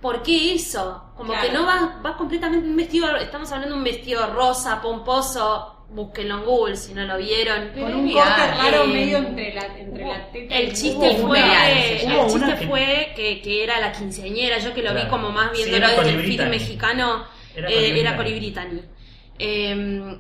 Speaker 3: ¿Por qué eso? Como
Speaker 6: Claro.
Speaker 3: que no va, va completamente un vestido, estamos hablando de un vestido rosa, pomposo, búsquenlo en Google si no lo vieron.
Speaker 6: Con
Speaker 4: Pero
Speaker 6: un
Speaker 4: mira,
Speaker 6: corte raro
Speaker 4: eh,
Speaker 6: medio entre la, entre la teta y
Speaker 3: El chiste
Speaker 6: hubo
Speaker 3: fue,
Speaker 6: una-
Speaker 3: que,
Speaker 4: se
Speaker 3: el
Speaker 5: llama. Hubo
Speaker 3: chiste
Speaker 5: una que-
Speaker 3: fue que, que era la quinceañera, yo que lo vi
Speaker 5: Claro.
Speaker 3: como más
Speaker 5: Sí,
Speaker 3: viéndolo
Speaker 5: era
Speaker 3: desde el
Speaker 5: Colibrí
Speaker 3: film
Speaker 5: Tani.
Speaker 3: mexicano,
Speaker 5: Era
Speaker 3: eh,
Speaker 5: Colibrí
Speaker 3: era
Speaker 5: Tani.
Speaker 3: Colibritani. Eh,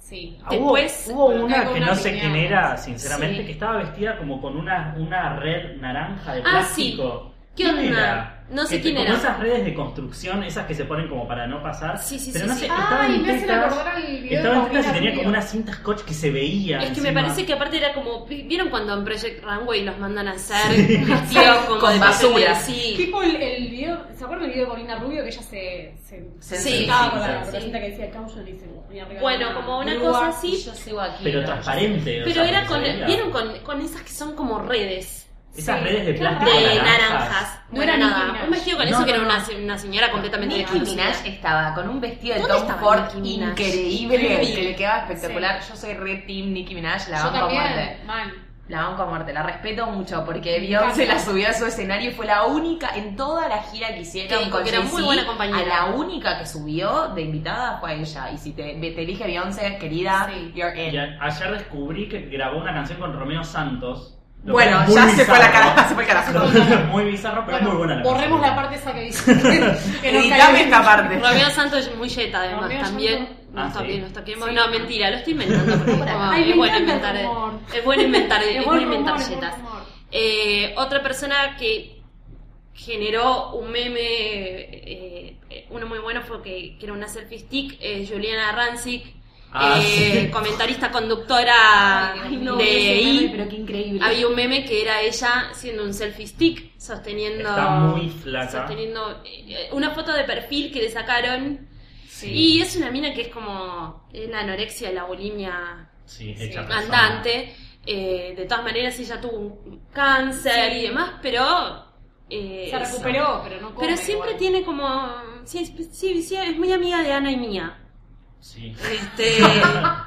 Speaker 6: Sí.
Speaker 5: Ah, hubo-
Speaker 3: después,
Speaker 5: hubo,
Speaker 6: pero
Speaker 5: una
Speaker 6: tengo
Speaker 5: que
Speaker 6: una
Speaker 5: no sé
Speaker 6: opinión.
Speaker 5: quién era, sinceramente,
Speaker 3: Sí.
Speaker 5: que estaba vestida como con una, una red naranja de
Speaker 3: Ah,
Speaker 5: plástico.
Speaker 3: sí. ¿Qué
Speaker 5: ¿Quién
Speaker 3: onda?
Speaker 5: era?
Speaker 3: No sé
Speaker 5: Que-
Speaker 3: quién
Speaker 5: como
Speaker 3: era.
Speaker 5: esas redes de construcción, esas que se ponen como para no pasar.
Speaker 3: Sí, sí,
Speaker 5: pero
Speaker 3: sí,
Speaker 5: no
Speaker 3: sí.
Speaker 5: sé, estaba
Speaker 6: Ay,
Speaker 5: en
Speaker 6: me hacen
Speaker 5: tetas,
Speaker 6: acordar al video
Speaker 5: Estaba
Speaker 6: de
Speaker 5: en tetas y
Speaker 6: Paulina
Speaker 5: tenía
Speaker 6: Rubio.
Speaker 5: como una cinta scotch que se veía.
Speaker 3: Es que me
Speaker 5: encima.
Speaker 3: parece que aparte era como, ¿vieron cuando en Project Runway los mandan a hacer vestidos como
Speaker 4: Con
Speaker 3: de
Speaker 4: basura.
Speaker 3: Sí.
Speaker 6: Tipo el, el video, ¿se acuerdan del video de Paulina Rubio que ella se, se,
Speaker 4: Se
Speaker 6: se
Speaker 3: Ah, sí,
Speaker 6: sentaba
Speaker 5: sí,
Speaker 6: con la
Speaker 5: sí.
Speaker 6: representante Ah, que decía Caucho y se ponía arriba?
Speaker 3: Bueno,
Speaker 6: de
Speaker 3: como una
Speaker 6: grúa?
Speaker 3: cosa así.
Speaker 4: Y yo sigo aquí.
Speaker 5: Pero
Speaker 4: ¿no?
Speaker 5: transparente. o
Speaker 3: Pero
Speaker 5: sea,
Speaker 3: era
Speaker 5: no
Speaker 3: con,
Speaker 5: se veía.
Speaker 3: ¿vieron con, con esas que son como redes?
Speaker 5: Esas
Speaker 6: Sí.
Speaker 5: redes de
Speaker 6: Qué
Speaker 5: plástico
Speaker 3: De
Speaker 5: Ah, naranjas.
Speaker 3: naranjas.
Speaker 6: No
Speaker 3: No
Speaker 6: era
Speaker 3: era
Speaker 6: Nicki
Speaker 3: nada.
Speaker 6: Minaj.
Speaker 3: Un vestido con
Speaker 5: No,
Speaker 3: eso que
Speaker 5: no,
Speaker 3: era una,
Speaker 5: no.
Speaker 3: una señora completamente
Speaker 4: Nicki
Speaker 3: desconocida.
Speaker 4: Minaj estaba con un vestido de
Speaker 3: ¿Dónde
Speaker 4: Tom
Speaker 3: estaba
Speaker 4: Ford
Speaker 3: Nicki Minaj?
Speaker 4: increíble
Speaker 3: Increíble.
Speaker 4: que le quedaba espectacular. Yo soy re team Nicki Minaj, la
Speaker 6: Yo
Speaker 4: banco a
Speaker 6: también,
Speaker 4: muerte.
Speaker 6: mal.
Speaker 4: La banco a muerte, la respeto mucho porque
Speaker 6: Me
Speaker 4: Beyoncé
Speaker 6: encanta.
Speaker 4: la subió a su escenario y fue la única en toda la gira que hicieron
Speaker 3: Que dijo
Speaker 4: con
Speaker 3: que era muy
Speaker 4: Jay-Z,
Speaker 3: buena compañera.
Speaker 4: A la única que subió de invitada fue a ella. Y si te, te elige Beyoncé, querida,
Speaker 6: Sí.
Speaker 4: you're in.
Speaker 5: Y a- ayer descubrí que grabó una canción con Romeo Santos. lo
Speaker 4: Bueno,
Speaker 5: cual es muy
Speaker 4: ya se fue, la
Speaker 5: bizarro.
Speaker 4: cara, se fue el carajo.
Speaker 5: muy bizarro, pero es muy buena la
Speaker 6: borremos
Speaker 5: canción.
Speaker 6: la parte esa que dice. que no
Speaker 4: Editame
Speaker 6: cae
Speaker 4: esta
Speaker 6: bien.
Speaker 4: parte.
Speaker 3: Romeo Santos es muy yeta además
Speaker 6: Romeo
Speaker 3: también.
Speaker 6: Santos.
Speaker 3: Nos,
Speaker 5: Ah,
Speaker 3: toque-
Speaker 5: sí.
Speaker 3: nos toquemos. No, mentira, lo estoy inventando. porque es como-
Speaker 6: Ay, me
Speaker 3: es, bueno
Speaker 6: encanta el
Speaker 3: inventar,
Speaker 6: rumor.
Speaker 3: es bueno inventar.
Speaker 6: Es
Speaker 3: Es
Speaker 6: buen
Speaker 3: bueno inventar
Speaker 6: rumor, es buen
Speaker 3: yetas.
Speaker 6: rumor.
Speaker 3: Eh, otra persona que generó un meme, eh, eh, uno muy bueno fue que, que era una selfie stick, eh, Juliana Rancic,
Speaker 5: Ah,
Speaker 3: eh,
Speaker 5: sí.
Speaker 3: comentarista conductora
Speaker 4: Ay, no,
Speaker 3: de
Speaker 4: ese meme,
Speaker 3: I.
Speaker 4: pero qué increíble.
Speaker 3: Había un meme que era ella siendo un selfie stick, sosteniendo,
Speaker 5: Está muy flaca.
Speaker 3: sosteniendo eh, una foto de perfil que le sacaron.
Speaker 5: Sí.
Speaker 3: Y es una mina que es como es la anorexia, la bulimia
Speaker 5: Sí, hecha persona.
Speaker 3: andante. Eh, de todas maneras, ella tuvo un cáncer
Speaker 6: Sí.
Speaker 3: y demás, pero. eh,
Speaker 6: Se recuperó, pero no come.
Speaker 3: Pero siempre
Speaker 6: igual.
Speaker 3: tiene como. Sí, es- sí, sí, es muy amiga de Ana y mía.
Speaker 5: Sí.
Speaker 3: Este,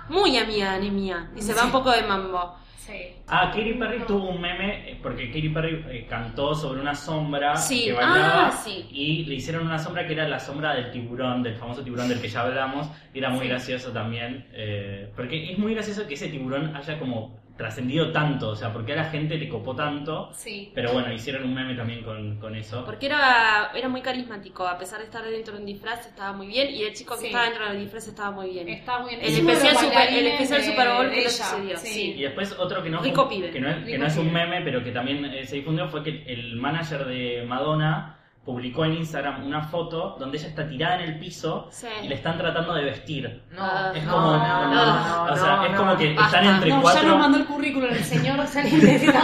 Speaker 3: muy amiga de Ana y mía. Y se va un poco de mambo.
Speaker 6: Sí.
Speaker 5: Ah, Katy Perry tuvo un meme eh, porque Katy Perry eh, cantó sobre una sombra
Speaker 3: Sí.
Speaker 5: que bailaba
Speaker 3: Ah, sí.
Speaker 5: y le hicieron una sombra que era la sombra del tiburón, del famoso tiburón del que ya hablamos. Y era muy gracioso también, eh, porque es muy gracioso que ese tiburón haya como trascendido tanto, o sea, porque a la gente le copó tanto.
Speaker 6: Sí.
Speaker 5: Pero bueno, hicieron un meme también con, con eso.
Speaker 3: Porque era, era muy carismático. A pesar de estar dentro de un disfraz, estaba muy bien. Y el chico
Speaker 6: Sí.
Speaker 3: que estaba dentro del disfraz estaba muy bien.
Speaker 6: Está muy bien.
Speaker 3: El
Speaker 6: Es uno de
Speaker 3: especial
Speaker 6: los
Speaker 3: super- el
Speaker 6: bailarines
Speaker 3: especial
Speaker 6: de-
Speaker 3: Super Bowl que
Speaker 6: de
Speaker 3: no
Speaker 6: ella,
Speaker 3: sucedió, sí.
Speaker 5: Y después otro que no,
Speaker 3: Rico pibe.
Speaker 5: que no es, que
Speaker 6: Rico
Speaker 5: no es un
Speaker 6: pibe.
Speaker 5: meme, pero que también eh, se difundió, fue que el manager de Madonna publicó en Instagram una foto donde ella está tirada en el piso
Speaker 3: Sí.
Speaker 5: y le están tratando de vestir.
Speaker 4: No,
Speaker 5: Es
Speaker 4: no,
Speaker 5: como,
Speaker 4: no, no,
Speaker 5: o sea,
Speaker 4: no,
Speaker 5: es
Speaker 4: no.
Speaker 5: como que
Speaker 3: Basta.
Speaker 5: están entre
Speaker 6: No, ya
Speaker 5: cuatro,
Speaker 6: nos mandó el currículum el señor, o sea, alguien necesita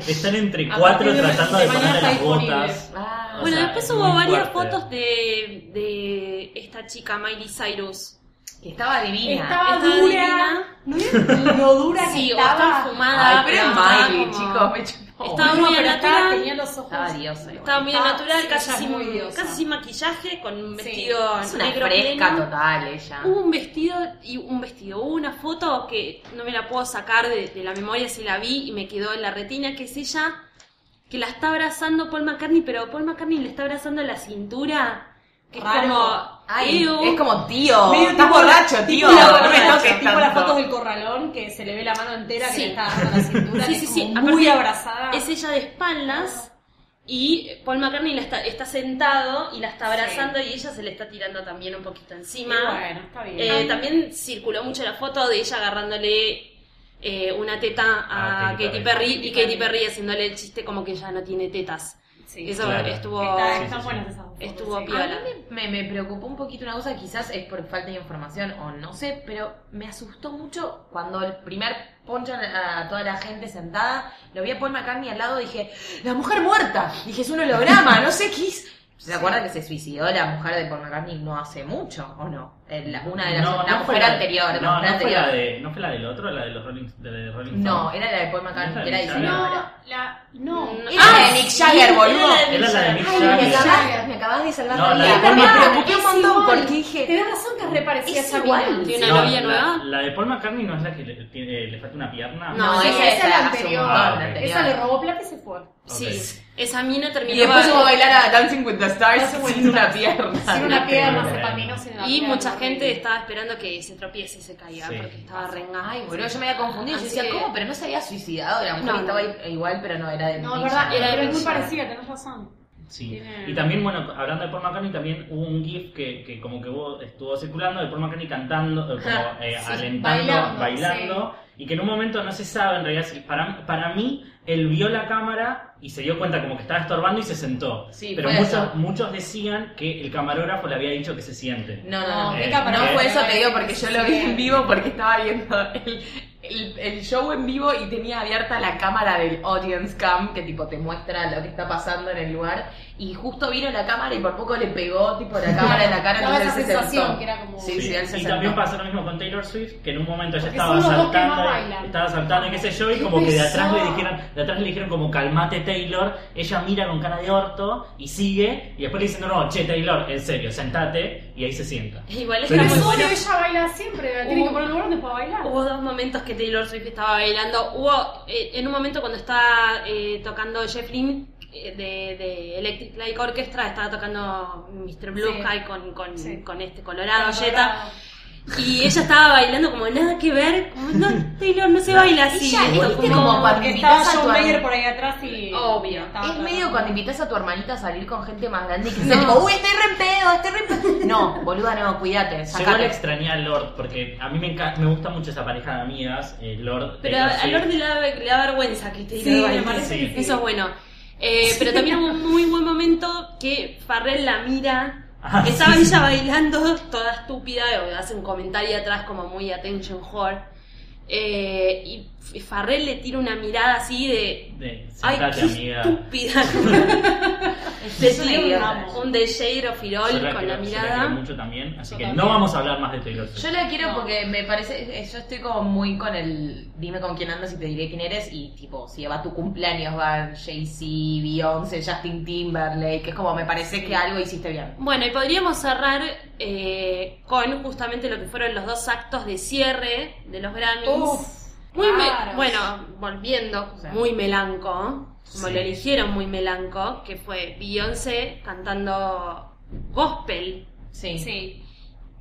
Speaker 5: están entre
Speaker 6: A
Speaker 5: cuatro
Speaker 6: partir de-
Speaker 5: tratando
Speaker 6: de
Speaker 5: de
Speaker 6: mañana
Speaker 5: ponerle las
Speaker 6: está disponible.
Speaker 5: botas.
Speaker 4: Ah,
Speaker 5: O
Speaker 3: Bueno,
Speaker 5: sea,
Speaker 3: después
Speaker 5: es
Speaker 3: hubo
Speaker 5: muy
Speaker 3: varias
Speaker 5: fuerte.
Speaker 3: fotos de, de esta chica, Miley Cyrus.
Speaker 4: que estaba divina.
Speaker 6: Estaba
Speaker 3: Estaba
Speaker 6: dura.
Speaker 3: divina.
Speaker 6: ¿No es lo dura que
Speaker 3: Sí, o
Speaker 6: estaba?
Speaker 3: estaba fumada.
Speaker 4: Ay, Ah, pero es
Speaker 3: estaba
Speaker 4: Miley,
Speaker 3: como-
Speaker 4: chicos, me chupó.
Speaker 3: Estaba muy
Speaker 6: pero estaba,
Speaker 3: natural.
Speaker 6: tenía los ojos.
Speaker 4: Estaba diosa. igual.
Speaker 3: Estaba muy
Speaker 6: Estaba-
Speaker 3: natural,
Speaker 6: sí,
Speaker 3: casi,
Speaker 6: ella es
Speaker 3: sin,
Speaker 6: muy diosa.
Speaker 3: casi sin maquillaje, con un
Speaker 6: Sí,
Speaker 3: vestido
Speaker 4: Es una
Speaker 3: negro
Speaker 4: fresca
Speaker 3: pleno.
Speaker 4: total ella.
Speaker 3: Hubo un vestido y un vestido, hubo una foto que no me la puedo sacar de, de la memoria si la vi y me quedó en la retina, que es ella que la está abrazando Paul McCartney, pero Paul McCartney le está abrazando la cintura, que
Speaker 6: Raro.
Speaker 3: es como
Speaker 4: Ay,
Speaker 3: "Ew".
Speaker 4: es como tío.
Speaker 6: Medio
Speaker 4: Estás
Speaker 6: tipo-
Speaker 4: borracho, tío.
Speaker 6: tipo la-
Speaker 4: no me toques
Speaker 6: tipo las fotos
Speaker 4: tanto.
Speaker 6: del corralón que se le ve la mano entera
Speaker 3: Sí.
Speaker 6: que le está dando la cintura.
Speaker 3: Sí,
Speaker 6: que
Speaker 3: sí,
Speaker 6: es
Speaker 3: sí,
Speaker 6: como
Speaker 3: aparte
Speaker 6: Muy abrazada.
Speaker 3: Es ella de espaldas y Paul McCartney la está, está sentado y la está abrazando y ella se le está tirando también un poquito
Speaker 6: Y
Speaker 3: encima.
Speaker 6: bueno, está bien.
Speaker 3: Eh,
Speaker 5: Ah.
Speaker 3: también circuló mucho la foto de ella agarrándole eh, una teta a
Speaker 5: Ah, Katy
Speaker 3: Katy Perry
Speaker 5: Perry.
Speaker 3: y Katy Perry haciéndole el chiste como que ella no tiene tetas.
Speaker 6: Sí.
Speaker 3: Eso
Speaker 5: Claro.
Speaker 3: estuvo... Ah,
Speaker 6: Está-
Speaker 5: sí,
Speaker 6: están
Speaker 5: sí.
Speaker 6: buenas esas fotos,
Speaker 3: Estuvo
Speaker 6: sí.
Speaker 3: piola.
Speaker 4: A mí me, me- me preocupó un poquito una cosa, quizás es por falta de información o no sé, pero me asustó mucho cuando el primer ponchan a toda la gente sentada, lo vi a Paul McCartney al lado, dije, la mujer muerta, dije, es un holograma, no sé qué es. ¿Se acuerdan que se suicidó la mujer de Paul McCartney no hace mucho, o no? El- la- una de las, la
Speaker 5: fue
Speaker 4: mujer
Speaker 5: la-
Speaker 4: anterior, la
Speaker 5: No,
Speaker 4: mujer
Speaker 5: no fue la
Speaker 4: anterior.
Speaker 5: de- no fue la del otro, la de los Rolling, de la de Rolling
Speaker 4: No,
Speaker 5: Stones.
Speaker 4: era la de Paul McCartney, que era
Speaker 5: No,
Speaker 4: diseñadora.
Speaker 6: Ah, No, la, no.
Speaker 3: No.
Speaker 4: Era la de Mick Jagger, boludo.
Speaker 3: era
Speaker 5: Era la de Mick
Speaker 4: Ay, me
Speaker 5: Jagger.
Speaker 4: acabas, me acabas de salvar
Speaker 5: No,
Speaker 4: la
Speaker 5: la
Speaker 4: vida.
Speaker 5: de Paul
Speaker 4: me
Speaker 5: McCartney.
Speaker 4: preocupé un montón porque dije,
Speaker 6: Te da razón que reparecía
Speaker 4: Es
Speaker 6: esa
Speaker 4: igual.
Speaker 3: ¿Tiene
Speaker 5: No,
Speaker 3: una novia
Speaker 5: la-
Speaker 3: nueva?
Speaker 5: La de Paul McCartney no es la que le, tiene- le falta una pierna.
Speaker 3: No,
Speaker 4: No,
Speaker 6: sí,
Speaker 4: esa,
Speaker 6: esa
Speaker 4: esa
Speaker 6: es la
Speaker 4: hace un
Speaker 6: anterior.
Speaker 4: montón,
Speaker 5: Ah,
Speaker 4: la
Speaker 5: ok.
Speaker 6: Esa
Speaker 4: anterior.
Speaker 6: le robó plata y se fue.
Speaker 5: Ok.
Speaker 3: Sí, esa mina terminó...
Speaker 4: Y después se
Speaker 3: y
Speaker 4: fue a bailar a Dancing with the Stars sin una pierna.
Speaker 6: Sin una pierna,
Speaker 5: creo.
Speaker 6: se patinó sin una pierna.
Speaker 3: mucha gente estaba esperando que se tropiece y se caiga
Speaker 5: Sí.
Speaker 3: porque estaba renga.
Speaker 4: Ay, boludo, yo me había confundido. Yo
Speaker 3: Así
Speaker 4: decía,
Speaker 3: que-
Speaker 4: ¿cómo? Pero no se había suicidado. La mujer
Speaker 3: No, no.
Speaker 4: estaba ahí- igual, pero no era de
Speaker 6: No, es
Speaker 4: Nietzsche.
Speaker 6: verdad,
Speaker 3: Era
Speaker 6: pero es muy
Speaker 3: Nietzsche.
Speaker 6: parecida, tenés razón.
Speaker 5: Sí.
Speaker 6: Tiene-
Speaker 5: Y también, bueno, hablando de Paul McCartney, también hubo un GIF que, que como que hubo- estuvo circulando de Paul McCartney cantando, eh, como eh,
Speaker 6: sí,
Speaker 5: alentando,
Speaker 6: bailando,
Speaker 5: bailando, y que en un momento no se sabe en realidad si para, para mí él vio la cámara y se dio cuenta como que estaba estorbando y se sentó.
Speaker 4: Sí,
Speaker 5: Pero
Speaker 4: puede
Speaker 5: muchos,
Speaker 4: ser.
Speaker 5: muchos decían que el camarógrafo le había dicho que se siente.
Speaker 4: No, no, no.
Speaker 5: No,
Speaker 4: Eh,
Speaker 5: Mica, pero
Speaker 4: no fue
Speaker 5: no
Speaker 4: eso,
Speaker 6: me
Speaker 4: te digo, porque
Speaker 6: parece
Speaker 4: yo lo vi
Speaker 6: bien.
Speaker 4: en vivo porque estaba viendo el, el- el show en vivo y tenía abierta la cámara del audience cam que tipo te muestra lo que está pasando en el lugar y justo vino la cámara y por poco le pegó tipo la cámara en la cara
Speaker 6: Daba
Speaker 4: entonces
Speaker 6: esa
Speaker 4: él se
Speaker 6: sensación
Speaker 4: sentó.
Speaker 6: que era como-
Speaker 4: Sí, sí, él se
Speaker 5: y
Speaker 4: sentó.
Speaker 5: también pasó lo mismo con Taylor Swift, que en un momento ella
Speaker 6: Porque
Speaker 5: estaba
Speaker 6: son los dos que más
Speaker 5: saltando,
Speaker 6: bailan.
Speaker 5: y- estaba saltando y qué sé yo, y
Speaker 6: Qué
Speaker 5: como que de atrás le
Speaker 6: pesado.
Speaker 5: dijeron, de atrás le dijeron como calmate Taylor, ella mira con cara de orto y sigue, y después le dicen, no, no, che Taylor, en serio, sentate, y ahí se sienta.
Speaker 3: Igual era
Speaker 5: Pero
Speaker 6: Pero
Speaker 3: muy
Speaker 5: es
Speaker 6: solo
Speaker 3: bueno.
Speaker 6: ella baila siempre, tiene que poner un lugar donde pueda bailar.
Speaker 3: Hubo dos momentos que Taylor Swift estaba bailando. Hubo, eh, en un momento cuando estaba eh, tocando Jeff Lynne eh, de, de Electric Light Orchestra, estaba tocando Mr. Blue
Speaker 6: Sí.
Speaker 3: Sky con, con,
Speaker 6: Sí.
Speaker 3: con este Colorado
Speaker 6: Colorado.
Speaker 3: Jetta. Y ella estaba bailando como nada que ver. Como, no, Taylor no se baila así.
Speaker 4: Ella,
Speaker 3: Como-
Speaker 4: ¿viste como cuando
Speaker 6: Porque estaba
Speaker 4: invitas a tu
Speaker 6: John Mayer
Speaker 4: hermano?
Speaker 6: por ahí atrás y...
Speaker 3: Obvio.
Speaker 6: Estaba
Speaker 4: Es
Speaker 6: atrás.
Speaker 4: medio cuando invitas a tu hermanita a salir con gente más grande y que se como, uy, estoy re en pedo, estoy re en pedo". No, boluda, no,
Speaker 3: Eh,
Speaker 4: cuídate,
Speaker 5: Yo igual
Speaker 4: sacate.
Speaker 5: extrañé a Lord, porque a mí me, enca- me gusta mucho esa pareja de amigas, eh, Lord.
Speaker 3: Pero
Speaker 5: Taylor
Speaker 3: a
Speaker 5: Swift.
Speaker 3: Lord le da, le da vergüenza que Taylor
Speaker 6: Sí, me
Speaker 3: baile.
Speaker 6: parece
Speaker 5: que sí.
Speaker 3: Eso es bueno. Eh, pero también hubo un muy buen momento que Farrell la mira.
Speaker 5: Ah,
Speaker 3: Estaba
Speaker 5: sí, sí.
Speaker 3: ella bailando, toda estúpida, o hace un comentario atrás como muy attention whore. Eh, y F- Farrell le tira una mirada así de...
Speaker 5: De,
Speaker 3: ¡Ay,
Speaker 5: sentate
Speaker 3: qué
Speaker 5: amiga.
Speaker 3: estúpida! le
Speaker 4: Es una
Speaker 3: tira
Speaker 4: idiota.
Speaker 3: un, un de Shade of It All
Speaker 5: Yo la
Speaker 3: con la
Speaker 5: quiero- yo la quiero
Speaker 3: mirada.
Speaker 5: mucho también, así
Speaker 6: Yo
Speaker 5: que
Speaker 6: también.
Speaker 5: no vamos a hablar más de Taylor Swift.
Speaker 4: Yo la quiero
Speaker 6: No.
Speaker 4: porque me parece, eh, yo estoy como muy con el dime con quién andas y te diré quién eres y tipo, si va tu cumpleaños van Jay-Z, Beyoncé, Justin Timberlake, que es como me parece que algo hiciste bien.
Speaker 3: Bueno, y podríamos cerrar eh, con justamente lo que fueron los dos actos de cierre de los Grammys.
Speaker 6: Uf,
Speaker 3: Muy me-
Speaker 6: raros.
Speaker 3: bueno, volviendo,
Speaker 4: Sí.
Speaker 3: muy melanco, como
Speaker 5: Sí.
Speaker 3: lo eligieron muy melanco, que fue Beyoncé cantando gospel,
Speaker 4: Sí.
Speaker 6: Sí.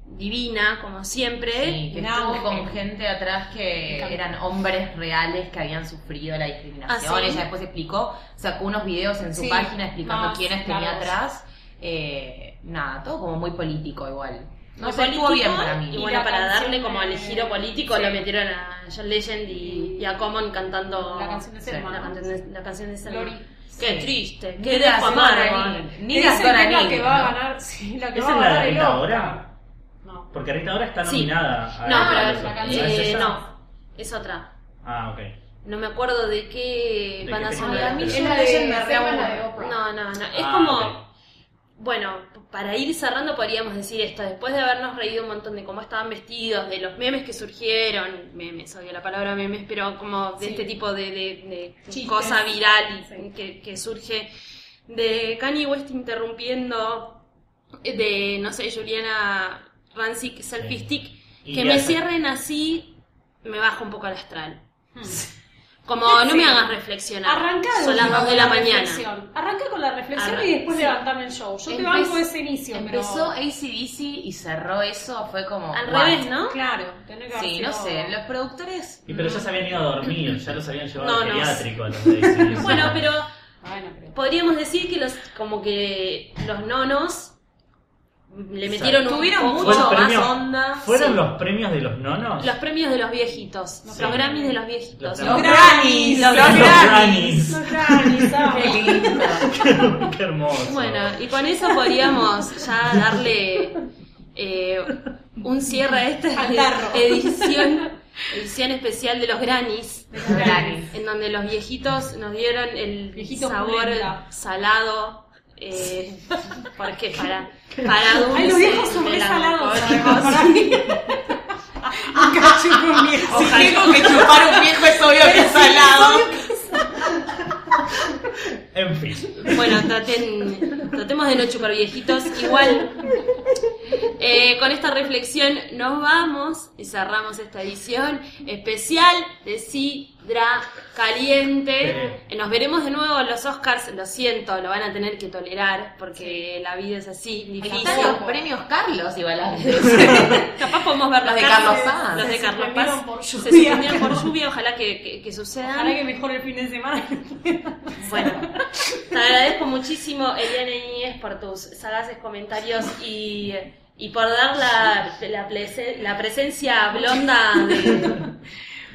Speaker 3: divina, como siempre.
Speaker 4: Sí, que
Speaker 6: Un
Speaker 4: estuvo
Speaker 6: auge.
Speaker 4: con gente atrás que
Speaker 6: Cambio.
Speaker 4: eran hombres reales que habían sufrido la discriminación.
Speaker 3: Ah, ¿sí?
Speaker 4: Ella después explicó, sacó unos videos en su
Speaker 6: Sí,
Speaker 4: página explicando
Speaker 6: más
Speaker 4: quiénes tenía
Speaker 6: largos.
Speaker 4: atrás. Eh, nada, todo como muy político igual. No
Speaker 3: Muy
Speaker 4: sé, estuvo
Speaker 3: político,
Speaker 4: bien para mí.
Speaker 3: Y
Speaker 6: Y
Speaker 3: bueno,
Speaker 6: la
Speaker 3: para
Speaker 6: canción
Speaker 3: darle
Speaker 6: de-
Speaker 3: como el giro político,
Speaker 6: Sí.
Speaker 3: lo metieron a John Legend y, y a Common cantando
Speaker 6: La canción de
Speaker 4: Sí,
Speaker 6: Selma.
Speaker 3: la
Speaker 6: ¿no?
Speaker 3: canción de, la canción de Selma.
Speaker 6: Glory.
Speaker 3: Qué
Speaker 4: Sí.
Speaker 3: triste,
Speaker 4: Ni
Speaker 3: qué
Speaker 4: la
Speaker 3: dejo
Speaker 4: Selma
Speaker 3: amargo.
Speaker 4: Ranini.
Speaker 6: Que
Speaker 4: Ni la
Speaker 6: dicen que es
Speaker 4: Dona
Speaker 6: la que
Speaker 4: Nini,
Speaker 6: va a
Speaker 4: ¿no?
Speaker 6: ganar, sí, la que
Speaker 5: ¿Esa
Speaker 6: va a
Speaker 5: es la
Speaker 6: ganar
Speaker 5: de
Speaker 6: el
Speaker 5: Rita
Speaker 6: Oscar.
Speaker 5: ahora?
Speaker 6: No.
Speaker 5: Porque Rita ahora está
Speaker 3: Sí.
Speaker 5: nominada. a-
Speaker 3: No,
Speaker 5: a
Speaker 3: pero
Speaker 5: los
Speaker 6: la
Speaker 5: Oscars.
Speaker 6: canción-
Speaker 5: Ah, ¿Es
Speaker 3: eh,
Speaker 5: esa?
Speaker 3: no, es otra.
Speaker 5: Ah, ok.
Speaker 3: No me acuerdo de qué
Speaker 5: ¿De
Speaker 3: banda
Speaker 5: qué
Speaker 3: sonora.
Speaker 5: película
Speaker 6: Es
Speaker 5: Yo
Speaker 6: la
Speaker 4: no
Speaker 6: de
Speaker 4: sé, me
Speaker 6: Selma es la
Speaker 4: reúno.
Speaker 6: de Oprah.
Speaker 3: No, no, no. Es
Speaker 5: Ah,
Speaker 3: como.
Speaker 5: ok.
Speaker 3: Bueno, para ir cerrando podríamos decir esto, después de habernos reído un montón de cómo estaban vestidos, de los memes que surgieron, memes, odio la palabra memes, pero como de
Speaker 6: Sí.
Speaker 3: este tipo de, de- de
Speaker 6: Chistes.
Speaker 3: cosa viral y-
Speaker 6: Sí.
Speaker 3: que, que surge, de Kanye West interrumpiendo, eh, de, no sé, Juliana Rancic, selfie
Speaker 5: Sí.
Speaker 3: stick,
Speaker 5: Y
Speaker 3: que
Speaker 5: ya
Speaker 3: me
Speaker 5: está.
Speaker 3: cierren así, me baja un poco el astral. Como no
Speaker 6: Sí.
Speaker 3: me hagan reflexionar.
Speaker 6: Arranca
Speaker 3: Son las
Speaker 6: última
Speaker 3: dos de
Speaker 6: con
Speaker 3: la mañana.
Speaker 6: reflexión. Arranca con la reflexión
Speaker 3: Arran-
Speaker 6: y después
Speaker 3: sí.
Speaker 6: levantame el show. Yo te
Speaker 4: Empe-
Speaker 6: banco ese inicio, pero-
Speaker 4: Empezó ACDC y cerró eso, fue como.
Speaker 3: Al
Speaker 4: "What?".
Speaker 3: revés, ¿no?
Speaker 6: Claro, tenés que
Speaker 4: Sí,
Speaker 6: haber
Speaker 4: no
Speaker 6: sido-
Speaker 4: sé, los productores.
Speaker 5: Y pero ya se habían ido a dormir, ya los habían llevado
Speaker 3: No,
Speaker 5: al
Speaker 3: no.
Speaker 5: geriátrico. a los de ACDC.
Speaker 3: Bueno, pero
Speaker 6: Bueno, pero-
Speaker 3: podríamos decir que los como que los nonos le metieron un
Speaker 4: Tuvieron
Speaker 3: poco-
Speaker 5: Fue el
Speaker 4: mucho más
Speaker 5: premio-
Speaker 4: onda.
Speaker 5: ¿Fueron
Speaker 3: sí.
Speaker 5: los premios de los nonos?
Speaker 3: los premios de los viejitos, los
Speaker 5: Sí.
Speaker 3: Grammys de los viejitos.
Speaker 5: Los
Speaker 4: Los Grammys,
Speaker 5: Grammys.
Speaker 4: los
Speaker 5: Los
Speaker 4: Grammys.
Speaker 5: Grammys.
Speaker 6: Los Grammys, ah.
Speaker 4: Qué lindo.
Speaker 5: Qué hermoso.
Speaker 3: Bueno, y con eso podríamos ya darle eh, un cierre a este Eh, esta
Speaker 6: Al tarro.
Speaker 3: edición, edición especial de los Grammys.
Speaker 6: Los Grammys.
Speaker 3: en donde los viejitos nos dieron el
Speaker 6: Viejitos
Speaker 3: sabor
Speaker 6: pulenta.
Speaker 3: salado eh, porque para para dulce
Speaker 6: Ay, los viejos son
Speaker 3: de
Speaker 6: re
Speaker 3: la
Speaker 6: salados.
Speaker 3: melancólicos.
Speaker 6: Para mí. Nunca chupé un viejo.
Speaker 4: Si tengo que chupar un viejo es obvio que es salado.
Speaker 5: En fin.
Speaker 3: bueno traten- tratemos de no chupar viejitos igual eh, con esta reflexión nos vamos y cerramos esta edición especial de Sidra Caliente.
Speaker 5: Sí.
Speaker 3: Nos veremos de nuevo en los Oscars, lo siento, lo van a tener que tolerar porque la vida es así, difícil.
Speaker 4: Están los premios Carlos ¿eh? y Balán.
Speaker 3: Capaz podemos ver
Speaker 4: Los de Carlos Paz.
Speaker 3: Los de
Speaker 6: Se
Speaker 3: Carlos
Speaker 6: suspendieron
Speaker 3: Paz.
Speaker 6: por
Speaker 3: Se
Speaker 6: lluvia.
Speaker 3: suspendieron por lluvia, ojalá que, que, que sucedan.
Speaker 6: Ojalá que mejore el fin de semana.
Speaker 3: Bueno, te agradezco muchísimo, Eliana Iñez, por tus sagaces comentarios y, y por dar la, la, plese- la presencia blonda de...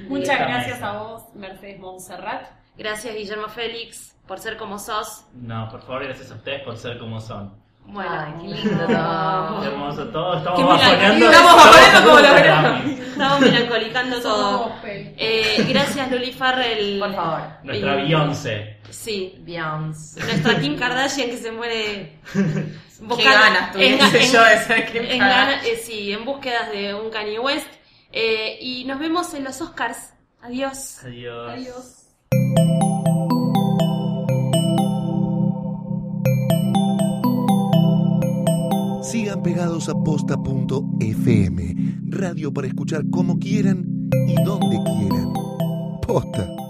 Speaker 6: Muchas
Speaker 5: Esta
Speaker 6: gracias
Speaker 5: mesa.
Speaker 6: a vos, Mercedes Montserrat.
Speaker 3: Gracias, Guillermo Félix, por ser como sos.
Speaker 5: No, por favor, gracias a ustedes por ser como son.
Speaker 3: Bueno,
Speaker 4: Ay, qué lindo todo.
Speaker 5: Qué hermoso todo. Estamos
Speaker 3: Qué milagro.
Speaker 5: bajoneando.
Speaker 4: Estamos bajoneando como los
Speaker 5: Grammys.
Speaker 3: estamos melancolicando
Speaker 6: Somos
Speaker 3: todo.
Speaker 6: gospel.
Speaker 3: Eh, gracias, Luli Farrell.
Speaker 4: Por favor.
Speaker 5: Nuestra
Speaker 3: Y-
Speaker 5: Beyoncé.
Speaker 3: Sí,
Speaker 4: Beyoncé.
Speaker 3: Nuestra Kim Kardashian que se muere.
Speaker 4: Qué ganas tuviese yo de ser Kim
Speaker 3: en
Speaker 4: Kardashian.
Speaker 3: gana- eh, sí, en búsquedas de un Kanye West. Eh, y nos vemos en los Oscars. Adiós.
Speaker 5: Adiós.
Speaker 6: Adiós.
Speaker 1: Sigan pegados a posta.fm, radio para escuchar como quieran y donde quieran. Posta.